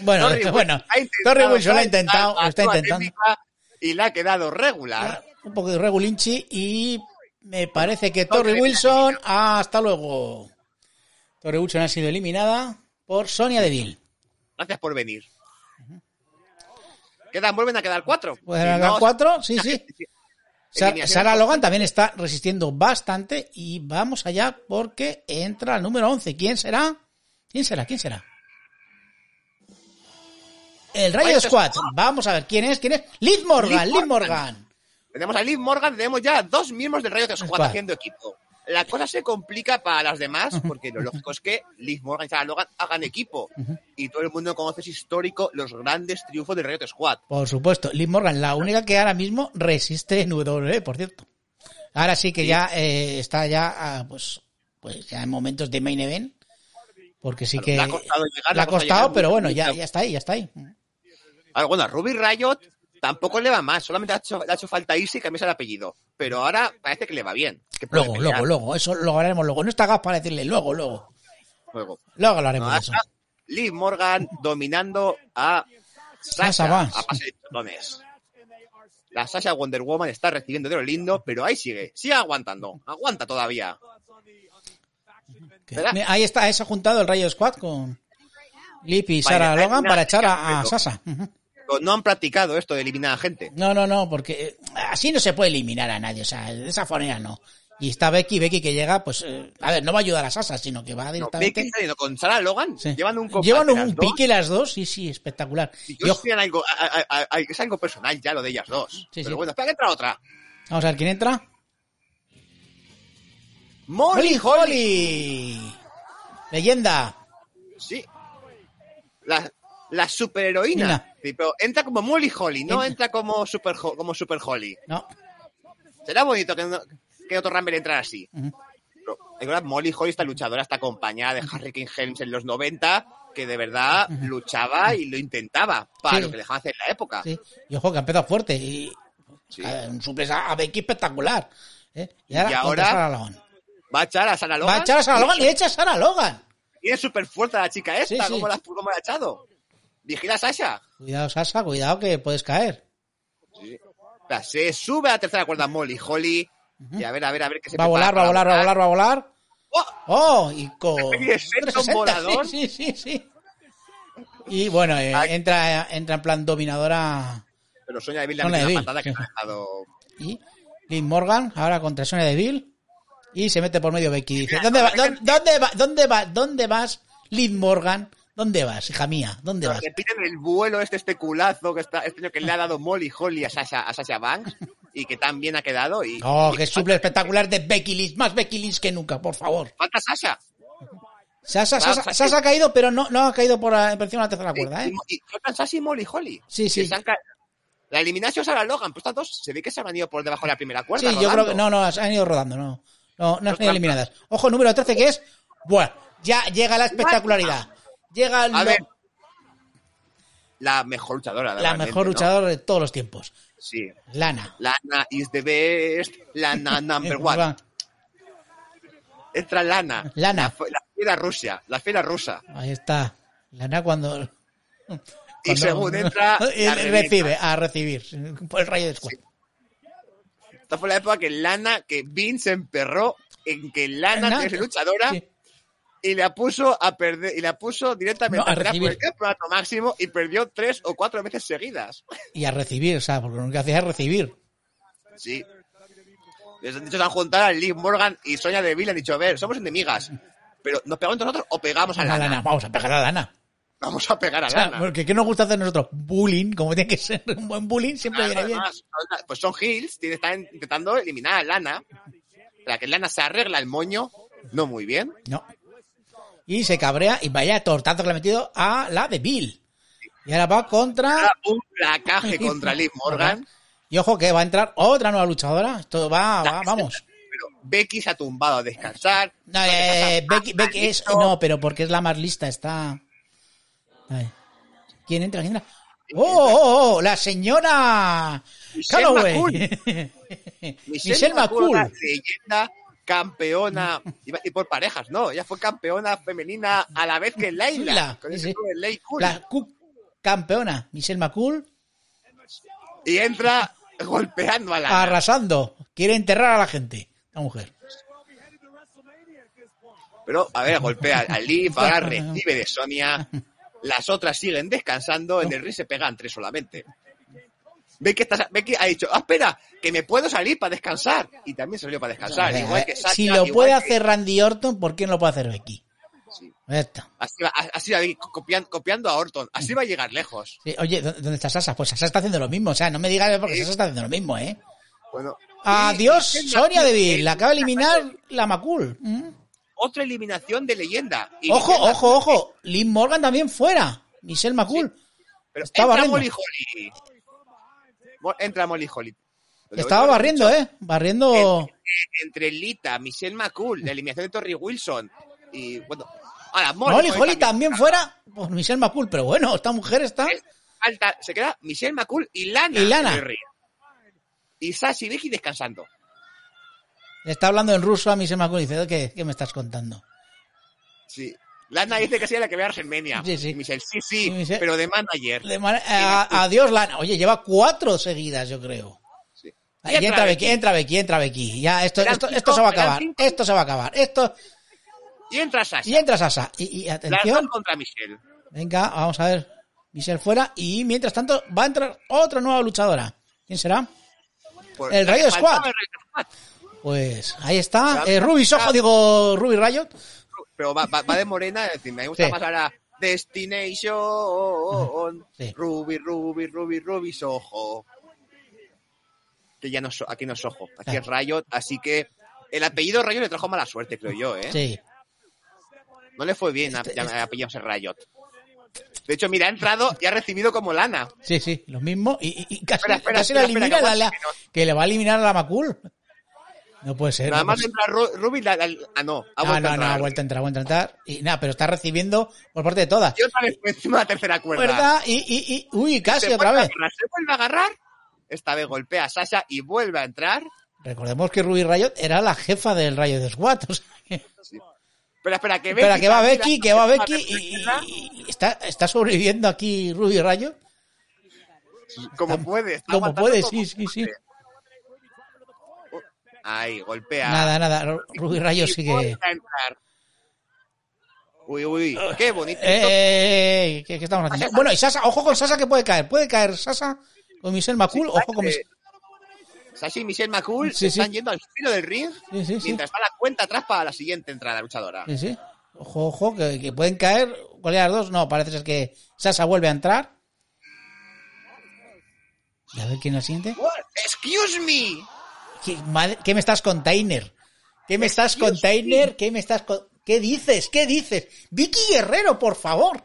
Bueno,
Torrey
bueno,
Wilson ha intentado
Torrey Wilson lo ha intentado,
saltar
lo está
la
intentando. Ah.
técnica Y la ha quedado regular.
Un poco de regulinchi y me parece que
Torrey
Torrey Wilson, hasta luego. Torrey Wilson ha sido eliminada por Sonia Deville.
Gracias por venir. Quedan, vuelven a quedar cuatro.
Bueno,
Si
las
no,
cuatro, sí, sí. Sa-
Eliminación.
Sara Logan también está resistiendo bastante y vamos allá porque entra el número 11. ¿Quién será? ¿Quién será? ¿Quién será? El Rayo
Rayo
Squad. Vamos a ver quién es, quién es. Liz Morgan,
Liv
Liz
Morgan.
Morgan.
Tenemos a Liv Morgan, tenemos ya a dos miembros del Rayo de Squad
Squad.
haciendo equipo. La cosa se complica para las demás, porque lo lógico es que Liv Morgan y Sarah Logan hagan equipo. Y todo el mundo conoce es histórico los grandes triunfos del Rayo de Squad.
Por supuesto, Liz Morgan, la única que ahora mismo resiste en WWE, por cierto. Ahora sí que ya eh, está ya, ah, pues, pues ya en momentos de main event, porque sí
Claro,
que
le ha costado llegar,
le ha
le ha costado
costado,
llegar.
pero bueno, ya, ya está ahí, ya está ahí.
Ahora, bueno, a Ruby Riot tampoco le va mal, solamente le ha hecho, le ha hecho falta Easy cambiarse el apellido. Pero ahora parece que le va bien. que puede
Luego,
pelear.
luego, luego, eso lo haremos luego. No está gas para decirle luego, luego.
Luego.
Luego lo haremos
No,
eso.
ahora Liv Morgan dominando a
Sasha
Sasha
Banks.
a pase de pelotones. La Sasha Wonder Woman está recibiendo de lo lindo, pero ahí sigue, sigue aguantando, aguanta todavía.
Que-
¿verdad?
Mira, Ahí está, ahí se ha juntado el Rayo Squad con Lip
Vaya,
y Sara
hay
Logan
una
para echar a,
chica,
a
pero-
Sasa. Ujú.
Pero No han practicado esto de eliminar a gente.
No, no, no, porque eh, así no se puede eliminar a nadie, o sea, de esa manera no. Y está Becky, Becky que llega, pues, eh, a ver, no va a ayudar a Sasa, sino que va
No, Becky
directamente.
está yendo con Sarah Logan,
Sí.
llevan un combate
Llevan
las
un
dos,
pique las dos, sí, sí, espectacular.
y
Y
yo
ojo,
sé algo, a- a- a- a- es algo personal ya lo de ellas dos.
Sí,
pero
sí.
bueno, espera que entra otra.
vamos a ver quién entra.
Molly
Holly
Holly.
Holly! Leyenda.
Sí. La, la superheroína.
Mira.
Sí, pero entra como Molly Holly, no
Entra.
entra como Super, Ho- como super Holly.
No,
Será bonito que, no- que otro Rumble entrara así.
Ujú.
Pero, de verdad, Molly Holly, esta luchadora, está acompañada de Harry King Helms en los 90, que de verdad luchaba y lo intentaba para
Sí.
lo que le dejaban hacer en la época.
sí. Y ojo, que ha empezado fuerte. Y,
Sí.
a ver, un suplex a, a Becky espectacular. ¿eh? Y
Y
ahora,
ahora-
contra Sarah Logan.
Va a echar a Sara Logan.
Va a echar a Sara Logan y echa a Sara Logan.
Tiene súper fuerza la chica esta.
Sí, sí.
¿Cómo, la, ¿Cómo la ha echado? Vigila a Sasha.
Cuidado, Sasha, cuidado que puedes caer.
O sea, se sube a la tercera cuerda Molly Holly. Y a ver, a ver, a ver qué se
Va a volar, va a volar, va a volar, va a volar.
¡Oh!
¡Oh! Y con.
Y es un
360,
volador.
Sí, sí, sí, sí. Y bueno, eh,
Ah.
entra, entra en plan dominadora.
Pero Sonia Deville
Sonia
también tiene
Deville,
una patada que
sí.
ha dejado.
Y Liv Morgan, ahora contra Sonia Deville. Y se mete por medio Becky. y Dice: ¿Dónde, va- dó- dónde, va- dónde, va- dónde vas, Liv Morgan? ¿Dónde vas, hija mía? ¿Dónde vas?
Repiten el vuelo este, este culazo que, está, este que le ha dado Molly Holly a Sasha, a Sasha Banks y que tan bien ha quedado. Y,
Oh,
y-
qué suple espectacular de Becky Lynch. Más Becky Lynch que nunca, por favor.
Falta Sasha.
Sasha,
Claro,
Sasha-
sí.
Sasa ha caído, pero no, no ha caído por, la- por encima de la tercera cuerda,
Y-
¿eh?
y- y faltan Sasha y Molly Holly.
Sí, sí.
Que se han ca- La eliminación Sara Logan, pues estas dos se ve que se han ido por debajo de la primera
Sí,
cuerda.
yo creo
rodando.
que no, no, han ido rodando, no. No, no han sido
trampas.
eliminadas. Ojo, número 13 que es. Bueno, ya llega la espectacularidad. Llega
A
lo-
ver. La mejor luchadora.
la
realmente,
mejor
¿no?
luchadora de todos los tiempos.
Sí.
Lana.
Lana is the best. Lana number one.
Lana.
Entra Lana.
Lana.
La, fe- la fiera rusa. La fiera rusa.
Ahí está. Lana cuando.
Y según entra,
y
la
recibe, a recibir. Por el rayo de escudo.
Esta fue la época que Lana, que Vince se emperró en que Lana,
Lana,
que es luchadora,
sí.
y la puso a perder, y la puso directamente
No, a
atrás por el
recibir.
campeonato máximo y perdió tres o cuatro veces seguidas.
Y a recibir, o sea, porque lo que hacía es recibir.
Sí. Les han dicho, se han juntado a Liv Morgan y Sonia Deville. Han dicho, a ver, somos enemigas, pero ¿nos pegamos entre nosotros o pegamos a
A
Lana?
Lana. Vamos a pegar a Lana.
Vamos a pegar a
O sea,
Lana.
porque ¿qué nos gusta hacer nosotros? Bullying, como tiene que ser un buen bullying, siempre
Claro,
viene bien.
además, son- pues son Hills, tienen- están intentando eliminar a Lana. Para que Lana se arregla el moño, no muy bien.
No. Y se cabrea y vaya tortazo que le ha metido a la de Bill. Y ahora va contra.
Ahora Un placaje contra Liv Morgan.
Y ojo que va a entrar otra nueva luchadora. Esto va, va vamos.
Pero Becky se ha tumbado a descansar.
No, eh, Becky, Becky es. No, pero porque es la más lista, está. A ver. ¿Quién entra? ¿Quién entra? ¡Oh, oh, oh! ¡La señora!
Michelle
¡Calloway! Michelle McCool.
McCool, Leyenda, campeona. Iba a decir por parejas, no. Ella fue campeona femenina a la vez que Layla.
Layla,
Con ese
sí, sí.
nombre, Lay Cool.
La cu- campeona. Michelle McCool
Y entra golpeando a la.
arrasando. Quiere enterrar a la gente. La mujer.
Pero, a ver, golpea a Liv, ahora recibe de Sonia. Las otras siguen descansando. En el ring se pegan tres solamente. Becky, está- Becky ha dicho, "Ah, espera, que me puedo salir para descansar. Y también salió para descansar.
Eh,
igual que Sasha,
si lo
igual
puede
que-
hacer Randy Orton, ¿por qué no lo puede hacer Becky?
Sí.
Ya está.
Así va, así va a ir copian- copiando a Orton. Así va a llegar lejos.
Sí, Oye, ¿dó- ¿dónde está Sasa? Pues Sasa está haciendo lo mismo. O sea, no me digas porque
Sí.
Sasa está haciendo lo mismo, ¿eh?
Bueno,
Adiós,
y- y-
Sonia Deville. La acaba de eliminar
otra-
la Macul. ¿Mm?
Otra eliminación de leyenda. Y
Ojo,
leyenda-
ojo, ojo. Lynn Morgan también fuera. Michelle Macul.
Pero
estaba
entra Molly
barriendo.
Holly. Mo- Entra Molly Holly. Lo
Estaba
veo-
barriendo, ¿eh? Barriendo.
Eh, Entre Lita, Michelle McCool, la eliminación de Torrey Wilson. Y bueno. Ahora, Molly,
Molly Holly también fuera por Michelle Macul. Pero bueno, esta mujer está.
Es- Falta, se queda Michelle McCool y Lana.
Y Lana.
en el ring. Y Sashi y Becky descansando.
Le está hablando en ruso a Michelle Macul. y Dice, ¿qué, qué me estás contando?
Sí. Lana dice que sea la que vea WrestleMania.
Sí, sí.
Y Michelle, sí, sí,
Y Michelle-
pero de manager.
De man- a- adiós, Lana. Oye, lleva cuatro seguidas, yo creo.
Sí.
Ahí
Y
entra Becky, entra Becky, entra Becky. Ya, esto,
Eran
esto,
cinco,
esto se va a
eran
acabar.
cinco.
Esto se va a acabar. Esto.
Y entra Sasha.
Y entra Sasa. Y, y
Las dos
atención.
contra Michelle.
Venga, vamos a ver. Michelle fuera. Y mientras tanto, va a entrar otra nueva luchadora. ¿Quién será?
Por-
El Rayo
faltaba
Squad.
el Rayo Squad.
Pues ahí está.
Claro.
Eh, Ruby Soho, digo Ruby Riot.
Pero va, va- va de morena, es decir, me gusta
Sí.
más ahora Destination.
Sí.
Ruby, Ruby, Ruby, Ruby, Soho. Que ya no es so- aquí no es Soho, aquí
Claro.
es Riot, así que el apellido Riot le trajo mala suerte, creo yo, ¿eh?
Sí.
No le fue bien a-
Este-
llam-
este-
apellidarse Riot. De hecho, mira, ha entrado y ha recibido como lana.
Sí, sí, lo mismo. Y, y- y casi,
Espera, espera,
casi
espera,
la
espera,
elimina
que
la- la-
aguante, que
que le va a eliminar a la Macul. No puede ser.
Nada
no
más
puede ser.
entra Ru- Ruby, la- la- ah, no, ha
pues no,
vuelto a
no, no,
entrar.
ha vuelto a entrar, ha vuelto a entrar. Y nada, pero está recibiendo por parte de todas.
Y otra vez por encima de la tercera cuerda.
¿Verdad? Y, y, y, uy, casi
se
otra
vuelve a
vez.
agarrar, se vuelve a agarrar. Esta vez golpea a Sasha y vuelve a entrar.
Recordemos que Ruby Riot era la jefa del Riot de Squad.
Espera,
O sea que-
espera, que
Espera, que va
mira,
Becky, que va
mira,
Becky y,
mira,
y- y- está, está sobreviviendo aquí Ruby Rayo.
Como puede. está
Como
aguantando
puede,
como
sí, sí, sí.
puede. Ay, golpea.
Nada, nada, Ruby Rayo sigue.
vuelve a entrar. Uy, uy, qué bonito.
Eh, eh, eh, ¿qué, qué estamos haciendo? Bueno, y Sasa, ojo con Sasa que puede caer. Puede caer Sasa con Michelle McCool, ojo con Michelle.
Sasha y Michelle McCool
Sí,
se
sí.
están yendo al filo del ring
Sí, sí, sí.
mientras va la cuenta atrás para la siguiente entrada luchadora.
Sí, sí. Ojo, ojo, que, que pueden caer. ¿Cuál de las dos? No, parece ser que Sasa vuelve a entrar. Y a ver quién la siente.
What? Excuse me.
¿Qué, madre- qué me estás container? ¿Qué me estás
Dios
container? ¿Qué me estás con- ¿Qué dices? ¿Qué dices? Vicky Guerrero, por favor.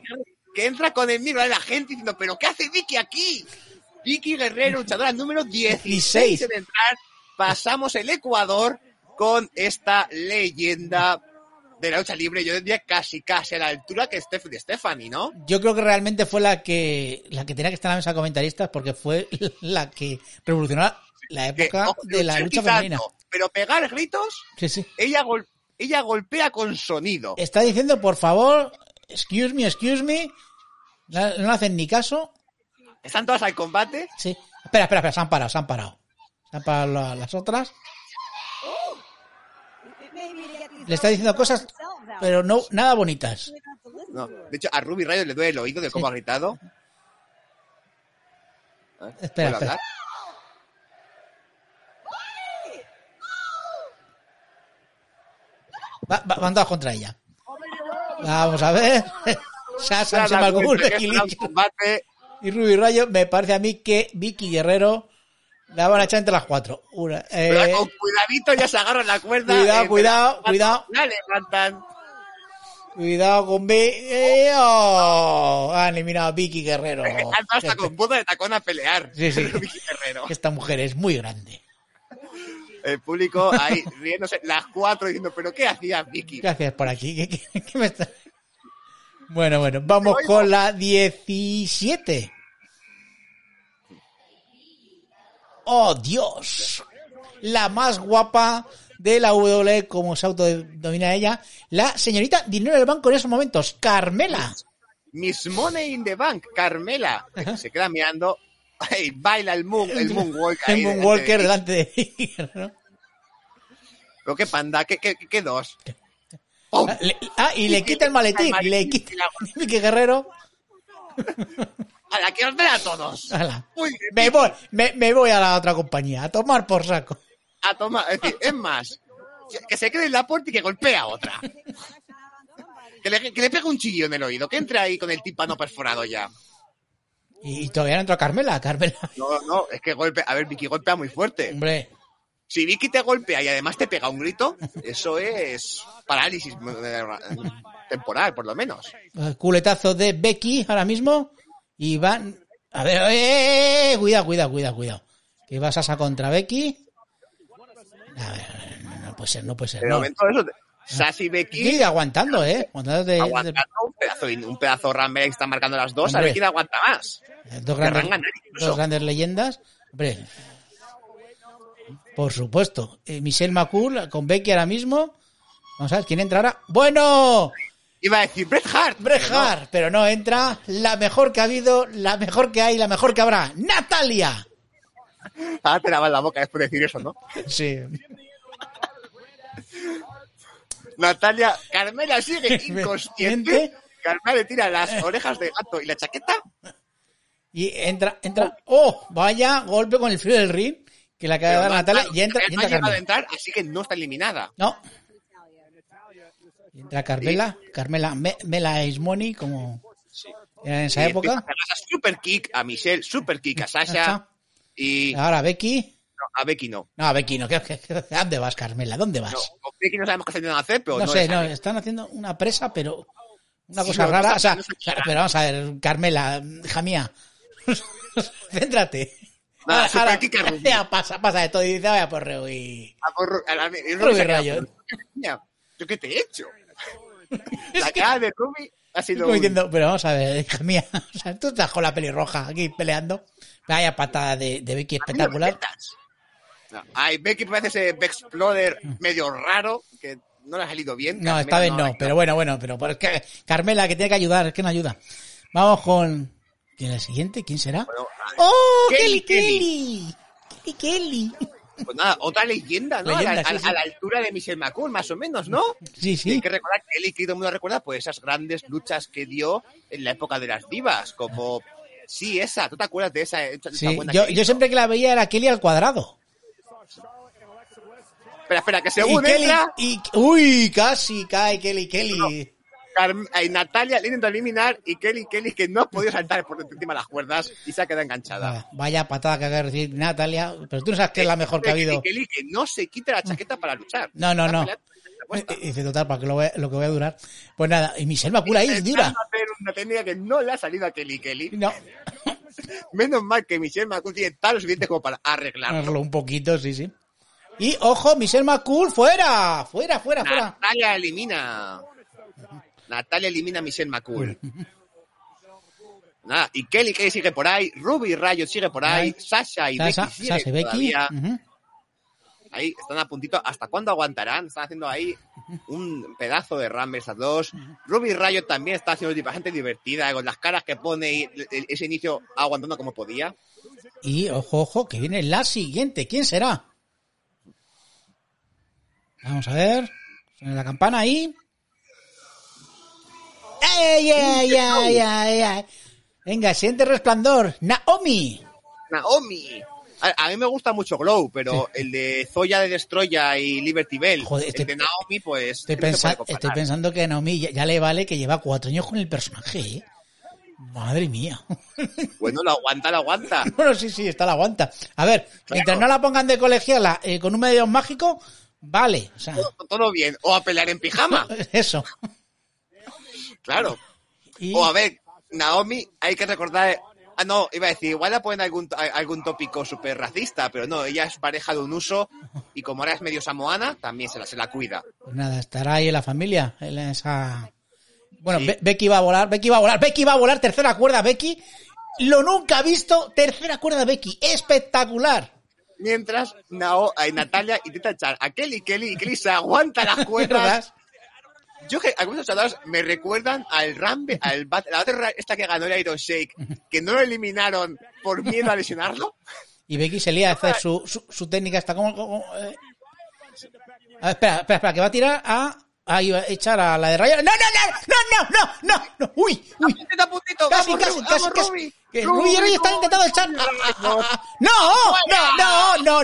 Que entra con el miro a la gente diciendo, pero ¿qué hace Vicky aquí? Vicky Guerrero, luchadora número 16 en entrar. Pasamos el Ecuador con esta leyenda de la lucha libre. Yo diría casi, casi a la altura que Steph de Stephanie, ¿no?
Yo creo que realmente fue la que la que tenía que estar en la mesa de comentaristas porque fue la que revolucionó la
Que,
época
ojo,
de la
luchar
lucha
quizás
femenina.
no, pero pegar gritos,
Sí, sí.
ella, gol- ella golpea con sonido.
Está diciendo, por favor, excuse me, excuse me. No, no hacen ni caso.
Están todas al combate.
Sí. Espera, espera, espera, se han parado, se han parado. Se han parado la- las otras. Le está diciendo cosas, pero no nada bonitas.
No, de hecho, a Ruby Rayo le duele el oído de cómo ha gritado. A ver,
Espera,
¿puedo
espera.
hablar?
Va- va- van todas contra ella. Vamos a ver. Sasha,
Se ha dado
Malgul,
cuenta que
Becky
está
Lynch
en combate.
y Ruby Rayo. Me parece a mí que Vicky Guerrero la van a echar entre las cuatro. Una,
Pero
eh,
con cuidadito ya se agarran la cuerda.
cuidado,
eh,
cuidado,
pero-
cuidado. Oh,
La levantan.
cuidado con Vicky. Eh, oh, han eliminado a Vicky Guerrero.
Están Eh, hasta con puta de tacón a pelear.
Sí, sí.
Vicky Guerrero.
Esta mujer es muy grande.
El público ahí riéndose, las cuatro diciendo, pero ¿qué hacía Vicky?
Gracias por aquí. ¿Qué- qué- qué me está- Bueno, bueno, vamos con la 17. ¡Oh, Dios! La más guapa de la W, como se autodomina ella, la señorita Dinero del Banco en esos momentos, Carmela.
Miss Money in the Bank, Carmela. Se queda mirando. Ay, baila el, moon, el Moonwalker. ahí
El
delante de
Moonwalker
ti.
delante de mí, ¿no?
Pero qué panda, qué, qué, qué dos. ¡Pum!
Ah, le- Ah, y le quita el maletín. Le quita. Vicky Guerrero.
A la que os den a todos.
Ala.
Muy bien.
Ah. Me voy, me, me voy a la otra compañía, a tomar por saco.
A tomar. Es, decir, es más, que se quede en la puerta y que golpea a otra. Que le, que le pegue un chillo en el oído, que entre ahí con el tímpano perforado ya.
Y todavía no entró Carmela, Carmela.
No, no, es que golpea. A ver, Vicky golpea muy fuerte.
Hombre,
Si Vicky te golpea y además te pega un grito, eso es parálisis eh, temporal, por lo menos.
eh, culetazo de Becky ahora mismo. Y van. A ver, eh, eh, eh, cuidado, cuidado, cuidado, cuidado. Que vas a contra Becky. A ver, a ver, no, no puede ser, no puede ser.
De
No.
momento, eso. Sassi y Becky
Sigue aguantando, eh. Aguantando de, de-
aguantando un pedazo, un pedazo Ramel que están marcando las dos. A
Hombre.
Becky la aguanta más.
de dos, grandes,
Querrán ganar incluso.
dos grandes leyendas. Hombre. Por supuesto. Eh, Michelle McCool con Becky ahora mismo. Vamos a ver quién entrará. ¡Bueno!
Iba a decir Bret Hart.
Bret
pero no.
Hart, pero no entra. La mejor que ha habido, la mejor que hay, la mejor que habrá. ¡Natalia!
Ahora te lavas la boca después de decir eso, ¿no?
Sí.
Natalia, Carmela sigue inconsciente.
Gente.
Carmela le tira las orejas de gato y la chaqueta.
Y entra, entra. ¡Oh! Vaya golpe con el frío del ring que le acaba de dar
Pero
Natalia. Y entra, y
no ha llegado
entra
a
Carmela.
entrar, así que no está eliminada.
No. Y entra Carmela. Carmela, Me- Mela is money, como era en esa
Y empieza
época.
a hacer super kick a Michelle, super kick a Sasha.
Ajá.
Y no,
Ahora Becky.
a Becky no.
No, a Becky no. ¿qué- qué- qué- ¿Dónde vas, Carmela? ¿Dónde vas?
No, con Becky no sabemos qué se van a hacer, pero no,
no sé,
le
no,
sale.
están haciendo una presa, pero una
Sí,
cosa
pero no
rara.
está-
o sea,
no está clara.
pero vamos a ver, Carmela, hija mía, céntrate.
Nada,
Ahora- ahora-
superkick a Rubí.
ya pasa, pasa de todo y dice, vaya porreo y...
A por- a la- a la- Ruby
Ruby
se ha quedado,
Riot.
"Pero, niña, ¿Yo qué te he hecho? La cara de Ruby ha sido
Como
un-
diciendo, pero vamos a ver, hija mía, o sea, tú estás con la pelirroja aquí peleando. Vaya patada de, de Becky
a mí no me
espectacular.
metas. No. Ay, Becky parece ese Exploder medio raro, que no le ha salido bien.
No, esta vez no, pero bueno, bueno, pero por- que- Carmela, que tiene que ayudar, es que no ayuda. Vamos con. ¿Quién es la siguiente? ¿Quién será?
Bueno, ay,
¡Oh!
Kelly,
¡Kelly Kelly! ¡Kelly Kelly!
pues nada, otra leyenda, ¿no?
Leyenda,
a, la, a-
sí, sí.
a la altura de Michelle McCool, más o menos, ¿no?
Sí,
Y Hay
sí.
que recordar que él y que todo el mundo recuerda pues esas grandes luchas que dio en la época de las divas, como sí, esa, ¿tú te acuerdas de esa? esa
Sí,
buena
Yo,
que
yo
hizo?
siempre que la veía era Kelly al cuadrado.
Espera, espera, que
Y
según
Kelly,
entra,
y, uy, casi cae Kelly Kelly.
Carm- eh, Natalia le intenta eliminar y Kelly Kelly que no ha podido saltar por encima de las cuerdas y se ha quedado enganchada.
Vaya, vaya patada que acaba de recibir Natalia, pero tú no sabes que es la mejor que ha habido.
Kelly Kelly Eh, que no se quita la chaqueta para luchar. pues,
No, no,
Está
no.
peleando con la puesta.
Y Eh, Dice, total, para que lo, voy a- lo que voy a durar. Pues nada, y Michelle Macula ahí, dura.
Intentando hacer una técnica que no le ha salido a Kelly Kelly.
No,
Menos mal que Michelle McCool tiene talos suficientes como para arreglarlo.
arreglo un poquito, sí, sí. Y ojo, Michelle McCool, fuera, fuera, fuera, fuera.
Natalia elimina. Natalia elimina a Michelle McCool. Nada, y Kelly Kelly sigue por ahí, Ruby Rayo sigue por ahí,
Ahí.
Sasha y
Sasha,
Becky siguen
Sasha y Becky.
todavía.
ujú.
Ahí están a puntito. ¿Hasta cuándo aguantarán? Están haciendo ahí un pedazo de Rumble esas dos. Ruby Rayo también está haciendo di- bastante divertida con las caras que pone y el- el- ese inicio aguantando como podía.
Y ojo, ojo, que viene la siguiente. ¿Quién será? Vamos a ver. Suena la campana ahí. ¡Ay, ay, ay, ay, ay! Venga, siguiente resplandor. Naomi.
Naomi. A, a mí me gusta mucho Glow, pero el de Zoya de Destroya y Liberty Bell,
Joder, estoy-
el de Naomi, pues.
Estoy,
no se
pensa-
puede comparar.
estoy pensando que a Naomi ya, ya le vale que lleva cuatro años con el personaje. ¿eh? Madre mía.
Bueno, lo aguanta, lo aguanta.
Bueno, sí, sí, está la aguanta. A ver, mientras no la pongan de colegiala eh, con un medio mágico, vale. O sea,
Todo bien. O a pelear en pijama,
eso.
claro.
Y-
O Oh, a ver, Naomi, hay que recordar. Ah, no, iba a decir, igual la ponen algún, a- algún tópico súper racista, pero no, ella es pareja de un uso y como ahora es medio samoana, también se la, se la cuida.
Pues nada, estará ahí en la familia, en esa... Bueno,
Sí.
Be- Becky va a volar, Becky va a volar, Becky va a volar, tercera cuerda, Becky. Lo nunca visto, tercera cuerda, Becky. Espectacular.
Mientras Nao, ay, Natalia intenta echar a Kelly, Kelly y Kelly se aguanta las cuerdas.
¿Verdad?
Yo que algunos luchadores me recuerdan al Rambe, al bat- la otra esta que ganó el Iron Shake, que no lo eliminaron por miedo a lesionarlo.
Y Becky se lía a hacer su, su, su técnica hasta como... como, eh. A ver, espera, espera, espera, que va a tirar a... Ahí va a echar a la de Rayo. ¡No, no, no! ¡No, no, no! ¡No! no. ¡Uy! ¡Uy!
Está a puntito,
Casi,
vamos,
casi,
Ruby,
casi,
vamos,
casi.
Ruby.
Que
Ruby,
Ruby, Ruby está
Ruby,
intentando echar.
Ruby,
Ah, ah,
Ruby.
ah, ah. No, no, no, no, no,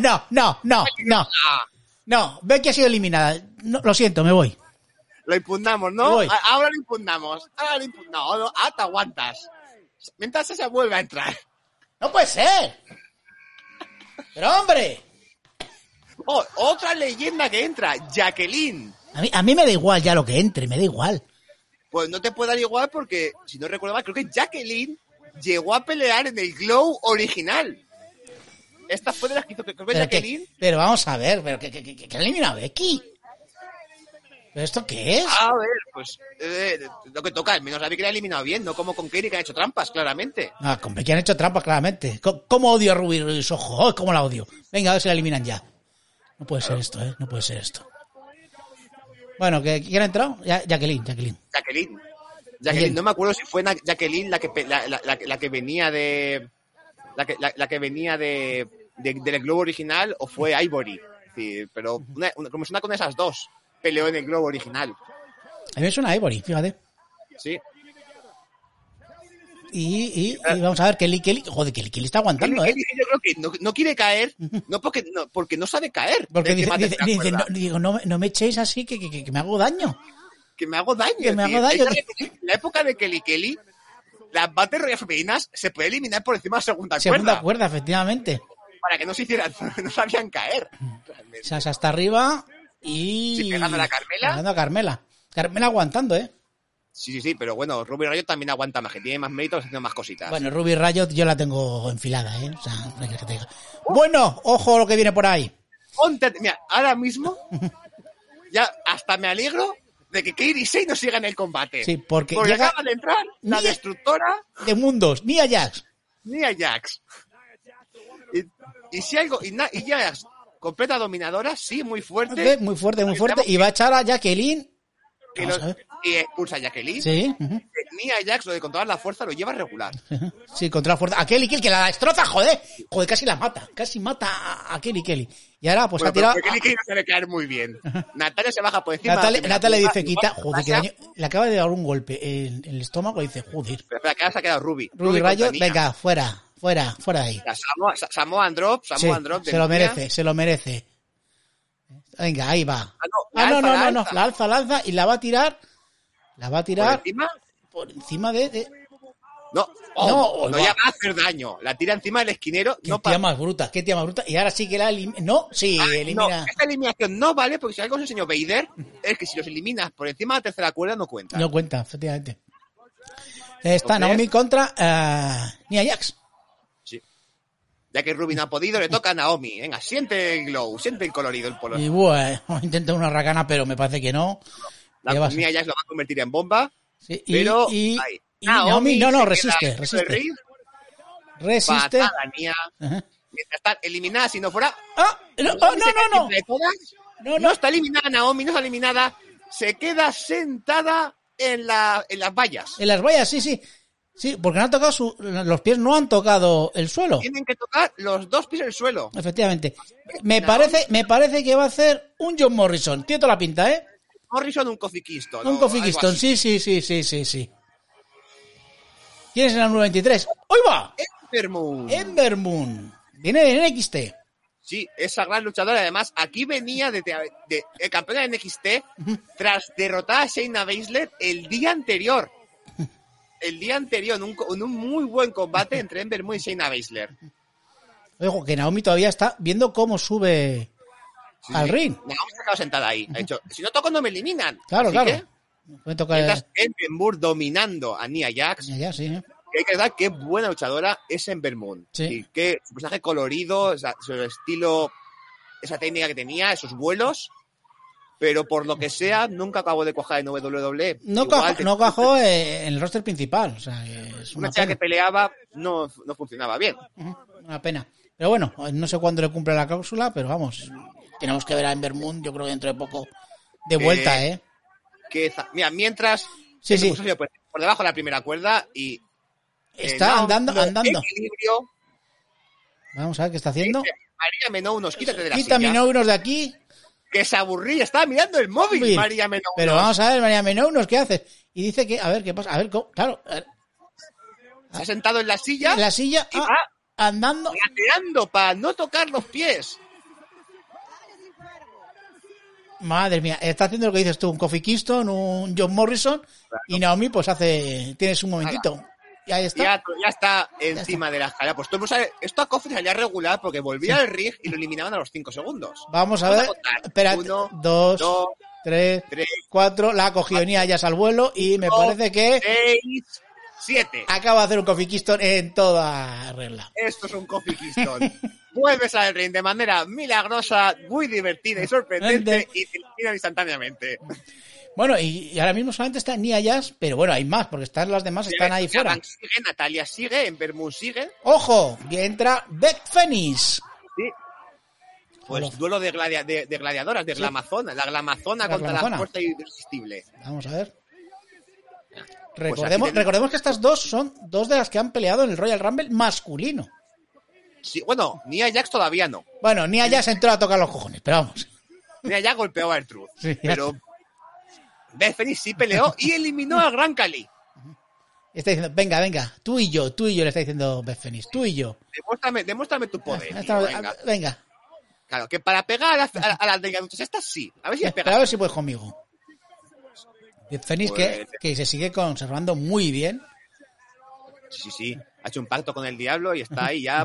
no, no, no, no,
Ah.
no. Becky ha sido eliminada. No, lo siento, me voy.
Lo impugnamos,
Me
¿no?
voy.
A- Ahora lo impugnamos. Ahora lo impugnamos. No, no, ahora te aguantas. Mientras se vuelve a entrar.
No puede ser. Pero hombre,
Oh, otra leyenda que entra, Jacqueline.
a mí, a mí me da igual ya lo que entre, me da igual.
Pues no te puede dar igual porque, si no recuerdo mal, creo que Jacqueline llegó a pelear en el Glow original. Esta fue de las que hizo, creo que
Pero, que-
Jacqueline.
pero vamos a ver, pero que, que, que, que ha eliminado a Becky. ¿Pero esto qué es?
A ver, pues eh, lo que toca, al menos a mí que la ha eliminado bien, no como con Kerry que ha hecho trampas, claramente.
Ah, con Becky han hecho trampa, claramente. Co- ¿Cómo odio a Ruby Ruiz? Ojo, oh, cómo la odio. Venga, a ver si la eliminan ya. No puede ser esto, ¿eh? No puede ser esto. Bueno, ¿que- ¿quién ha entrado? Ya- Jacqueline, Jacqueline.
Jacqueline. Jacqueline, no me acuerdo si fue na- Jacqueline la que, pe- la, la- la- la que venía de. La que, la, la que venía de, de- del globo original o fue Ivory. Sí, pero una, una- como suena con esas dos, peleó en el globo original.
A mí me suena a Ivory, fíjate.
Sí.
Y, y, y vamos a ver, Kelly, Kelly. Joder, Kelly, Kelly está aguantando,
Él-
¿eh?
él- yo creo que no, no quiere caer, no porque no, porque no sabe caer. del
Porque dice,
tema de
dice-
la
dice, no,
cuerda.
digo, no, me- no me echéis así, que, que- que- que me hago daño.
que me hago daño.
que me
es decir,
hago daño,
esta- La época de Kelly Kelly, las Battle Royale femeninas se puede eliminar por encima de la segunda,
Segunda
cuerda,
cuerda, efectivamente.
para que no se hicieran, no sabían caer.
Mm.
realmente.
Sas hasta arriba y...
Sí, pegando a la Carmela.
Pegando a Carmela. Carmela aguantando, ¿eh?
Sí, sí, sí, pero bueno, Ruby Rayo también aguanta más, que tiene más méritos haciendo más cositas.
Bueno, Ruby Riot yo la tengo enfilada, ¿eh? O sea, no quieres que te diga.
Uh.
Bueno, ojo lo que viene por ahí.
Ponte a- mira, ahora mismo ya hasta me alegro de que Kairi Sane no siga en el combate.
Sí, porque llega-
acaba de entrar la
Nia-
destructora
De mundos, Nia Jax.
Nia Jax. Y Y si algo, y, na- y ya es completa dominadora, sí, muy
Fuerte,
fuerte.
Muy fuerte, muy fuerte. Y va a echar a Jacqueline.
que
Vamos
lo-
a ver.
y expulsa a Jacqueline. eh,
Sí. ujú.
Ni a Jax lo de controlar la fuerza lo lleva regular.
Sí, contra la fuerza. A Kelly Kelly, que la destroza, joder. Joder, casi la mata. Casi mata a- a Kelly Kelly. Y ahora, pues
Bueno,
ha tirado.
pero Kelly Kelly no se le caer muy bien. Natalia se baja por encima.
Natalia
se mete
Natalia
arriba,
dice,
igual,
quita. Joder, que
pasa.
daño. Le acaba de dar un golpe en, en el estómago y dice, joder.
Pero espera, que ahora se ha quedado Ruby.
Ruby
contra
Rayo,
Nia.
venga, fuera, fuera, fuera de ahí.
La Samoa, Sa- Samoa and Drop, Samoa
Sí,
and Drop de
se lo
Nia.
merece, se lo merece. Venga, ahí va.
Ah, no,
Ah,
la
no,
alza,
no,
la
no, no.
alza.
La alza, la alza y la va a tirar. La va a
Por
tirar
encima.
por encima de. de-
No, oh,
No,
no,
va.
ya va a hacer daño. La tira encima del esquinero.
Qué
No
tía
pasa.
más bruta, qué tía más bruta. Y ahora sí que la elimina. No, sí, elimina.
No, esta eliminación no vale porque si algo os enseñó Vader es que si los eliminas por encima de la tercera cuerda no cuenta.
No, cuenta, efectivamente. Está
¿Lo
Naomi
crees?
contra eh, Nia Jax.
Sí. Ya que Ruby no ha podido, le toca a Naomi. Venga, siente el glow, siente el colorido, el polo.
Y bueno, intenta una racana, pero me parece que no.
La
llevas-
Mia Jax lo va a convertir en bomba,
Sí, y,
pero...
y-
ay,
y Naomi, no, no,
se
resiste,
queda en el
resiste.
ring,
Resiste.
Patada, Mia.
Ajá.
Mientras está eliminada, si no fuera...
Ah, no, oh,
se queda
no, no, no.
encima de todas.
No,
No
no.
está eliminada Naomi, no está eliminada. Se queda sentada en, la, en las vallas.
En las vallas, sí, sí. Sí, porque no han tocado su- los pies no han tocado el suelo.
Tienen que tocar los dos pies del suelo.
Efectivamente. Me
No.
parece, me parece que va a hacer un John Morrison. Tiene toda la pinta, ¿eh?
Morrison un Coffee Kingston.
Un
o
Kofi
algo
Kingston.
así.
Sí, sí, sí, sí, sí, sí. ¿Quién es el número 23? ¡Hoy va!
Eh. Enfermo.
Ember Moon. Viene de NXT.
Sí, esa gran luchadora. Además, aquí venía de, de, de campeona de NXT tras derrotar a Shayna Baszler el día anterior. El día anterior, en un, co- en un muy buen combate entre Ember Moon y Shayna Baszler.
Ojo, que Naomi todavía está viendo cómo sube
Sí,
al
sí.
ring.
Naomi se ha quedado sentada ahí. Ha dicho, si no toco, no me eliminan.
Claro,
Así
claro.
que,
Puede tocar.
mientras Ember Moon dominando a Nia Jax,
Ya, ya, sí, ¿eh?
que hay que dar qué buena luchadora es Ember Moon.
Sí.
Y que su personaje colorido, o sea, su estilo, esa técnica que tenía, esos vuelos. Pero por lo que sea, nunca acabó de cuajar en WWE.
No,
Igual
cajó,
que
no cajó eh, en el roster principal. O sea, que es
Una
una
chica
pena.
que peleaba no, no funcionaba bien.
Ujú, Una pena. Pero bueno, no sé cuándo le cumple la cláusula, pero vamos, tenemos que ver a Ember Moon, yo creo que dentro de poco, de vuelta, ¿eh?
Que esa- mira, mientras.
Sí,
el
sí.
Luchasario, pues, por debajo de la primera cuerda y. eh,
Está
Naomi,
andando,
no,
andando.
Equilibrio.
Vamos a ver qué está haciendo.
Dice, María Menounos, quítate de la
Quita
silla.
Minounos de aquí,
Que se aburría, estaba mirando el móvil,
Móvil.
María Menounos.
pero vamos a ver, María Minounos, ¿qué haces? Y dice que, a ver, ¿qué pasa? A ver, ¿cómo? claro, a ver,
Se ha sentado en la silla.
en la silla,
Y
ah, andando.
gateando para no tocar los pies.
Madre mía, está haciendo lo que dices tú, un Kofi Kingston, un John Morrison, y Naomi pues hace, tienes un momentito. Y ahí está.
Ya, ya está encima de la escalera. Pues todo el mundo sabe- esto a Kofi salía regular porque volvía al ring y lo eliminaban a los 5 segundos.
Vamos a
Vamos
ver.
a contar.
Espera,
Uno,
dos,
dos,
tres,
tres,
cuatro. La cogió ya al vuelo y me parece que
6, 7.
acaba de hacer un Coffee Keystone en toda regla.
Esto es un Kofi Kingston. Vuelves al ring de manera milagrosa, muy divertida y sorprendente y te eliminan instantáneamente.
Pues Bueno, y, y ahora mismo solamente está Nia Jax, pero bueno, hay más, porque están las demás, están ahí
Ya
fuera.
Banks sigue, Natalia sigue, Embermoon sigue.
¡Ojo! Y entra Beck Phoenix.
Sí. Pues duelo de, gladia- de- de gladiadoras, de glamazona. La glamazona
La
contra
glamazona.
la fuerza irresistible.
Vamos a ver.
Pues aquí
Recordemos,
tenemos-
recordemos que estas dos son dos de las que han peleado en el Royal Rumble masculino.
Sí, bueno, Nia Jax todavía no.
Bueno, Nia Jax entró a tocar los cojones, pero vamos.
Nia Jax golpeó a Ertruth.
Sí, ya
pero Beth Phoenix sí peleó y eliminó a Gran Cali.
Está diciendo, venga, venga, tú y yo, tú y yo le está diciendo Beck Phoenix, tú y yo.
Demuéstrame, demuéstrame tu poder. tío,
Ah, está-
venga.
ah, venga.
Claro, que para pegar a, las- a- a las delgaduchas estas sí. A ver si le
Espera,
pega.
a ver si puedes conmigo. Beth Phoenix que,
Pues-
que se sigue conservando muy bien.
Sí, sí, sí. Ha hecho un pacto con el diablo y está ahí ya.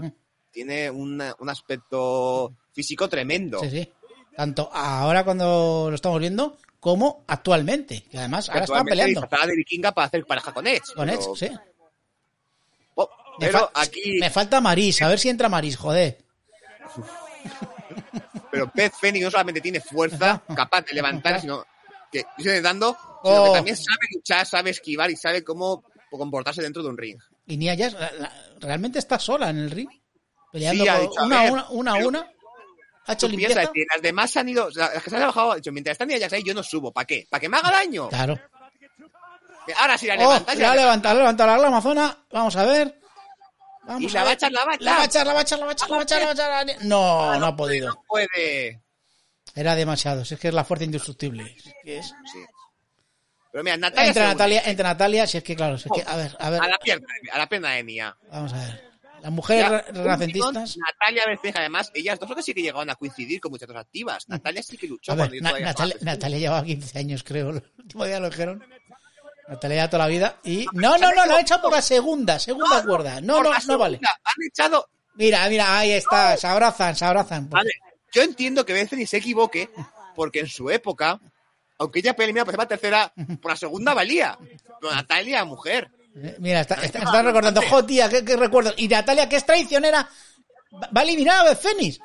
Tiene una- un aspecto físico tremendo.
Sí, sí. Tanto ahora cuando lo estamos viendo como actualmente. Que además ahora están
Actualmente
peleando.
disfrazada de vikinga para hacer pareja con Edge.
Con
pero-
Edge, sí.
Oh,
Me
pero
fal-
aquí,
Me falta Maris, a ver si entra Maris, joder.
pero Beth Phoenix no solamente tiene fuerza capaz de levantar, sino que sigue dando, sino
Oh.
que también sabe luchar, sabe esquivar y sabe cómo comportarse dentro de un ring.
Y Nia Jax la- la- realmente está sola en el ring. Peleando
Sí, ha
por-
dicho, a
una, a
ver,
una, una, a
pero-
una. Ha hecho
Tú piensas
limpieza.
que las demás han ido, las que se han bajado, han dicho, mientras están ellas ahí, yo no subo. ¿Para qué? ¿Para que me haga daño?
Claro.
Ahora sí la
Oh,
levantas.
la ha levantado, la ha levantado la Amazona. Vamos a ver. Vamos
Y la
a
va a
ver.
echar, la va a
La va
echar. Ah,
a echar, la va a echar, la va a echar, la va a echar, la va a echar, la va a echar. No, no, ha podido.
No puede.
Era demasiado. Si es que es la fuerza indestructible. Si es que es-
Sí. Pero mira, Natalia.
Entra
segunda.
Natalia, entra Natalia. Si es que, claro, si es que, a ver, a ver.
A la pierna, a la pierna de Nia.
Vamos a ver. Las
Ya,
mujeres re-
un
renacentistas.
tirón, Natalia Berceja, además, ellas dos creo que sí que llegaron a coincidir con muchas otras activas. Natalia sí que luchó
Mm. A
cuando
ver,
yo
Na-
todavía estaba
Natalia,
pequeño.
Natalia llevaba 15 años, creo. El último día lo dijeron. Natalia lleva toda la vida.
Ah,
Y. No, no, no, no, ha echado por la segunda, segunda cuerda. No,
Por
no,
la
no vale.
segunda, Han echado.
Mira, mira, ahí está. Se abrazan, se abrazan.
A ver, yo entiendo que Bethany se equivoque, porque en su época, aunque ella pelea eliminada por la tercera, por la segunda valía. Pero Natalia, mujer.
Eh, Mira, está,
Ah,
está- está recordando. ¡Jo, tía! ¿qué, qué recuerdo? Y Natalia, que es traicionera, va va a eliminar a Beth Phoenix.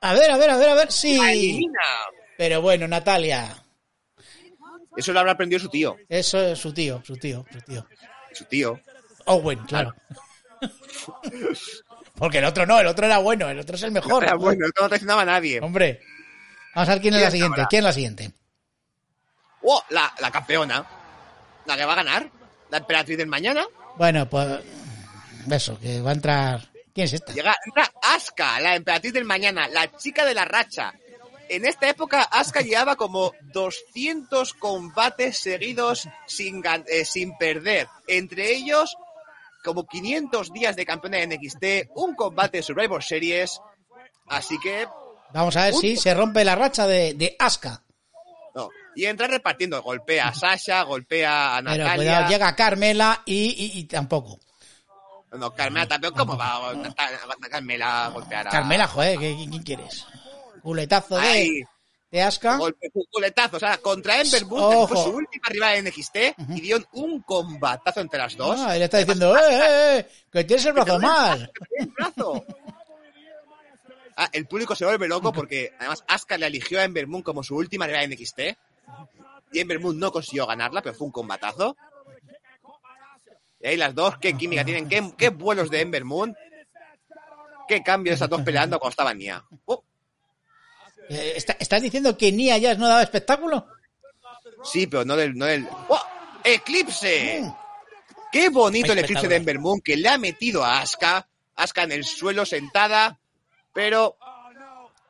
A ver, a ver, a ver, a ver. Sí.
Adivina.
Pero bueno, Natalia.
Eso lo habrá aprendido su tío.
Eso es su tío, su tío, su tío.
Su tío.
Owen, claro. Porque el otro no, el otro era bueno, el otro es el mejor.
Era bueno, no traicionaba a nadie.
Hombre. Vamos a ver quién es la
¿Quién
siguiente.
ahora?
¿Quién es la siguiente?
Oh, la, la campeona. La que va a ganar. La emperatriz del mañana.
Bueno, pues. Eso, que va a entrar. ¿Quién es esta?
Llega, entra Aska, la emperatriz del mañana, la chica de la racha. En esta época, Aska llevaba como 200 combates seguidos sin, gan- eh, sin perder. Entre ellos, como 500 días de campeona de NXT, un combate de Survivor Series. Así que,
Vamos a ver si se rompe la racha de, de Asuka.
no. Y entra repartiendo. Golpea a Sasha, golpea a
Pero
Natalia.
cuidado, llega Carmela y, y- y tampoco.
No, Carmela también. ¿Cómo va a- a- a Carmela a golpear a
Carmela, joder, ¿qué- qué- ¿quién quieres? Culetazo
Ay.
de, de Aska.
Golpe, un culetazo, o sea, contra Ember Moon,
Ojo.
que fue su última rival en NXT, y dieron un combatazo entre las dos.
Ah, y le está diciendo, "Eh, eh, eh, que tienes el brazo mal.
¡Qué brazo! Ah, el público se vuelve loco porque además Asuka le eligió a Ember Moon como su última rival en NXT. Y Ember Moon no consiguió ganarla, pero fue un combatazo. Y ahí las dos, qué química tienen, qué, qué vuelos de Ember Moon. Qué cambio esas dos peleando cuando estaba Nia. Oh,
Eh, ¿está- ¿Estás diciendo que Nia ya no daba espectáculo?
Sí, pero no del. No del... ¡Oh! ¡Eclipse! ¡Qué bonito el eclipse de
Espectacular.
Ember Moon que le ha metido a Asuka! Asuka en el suelo sentada, pero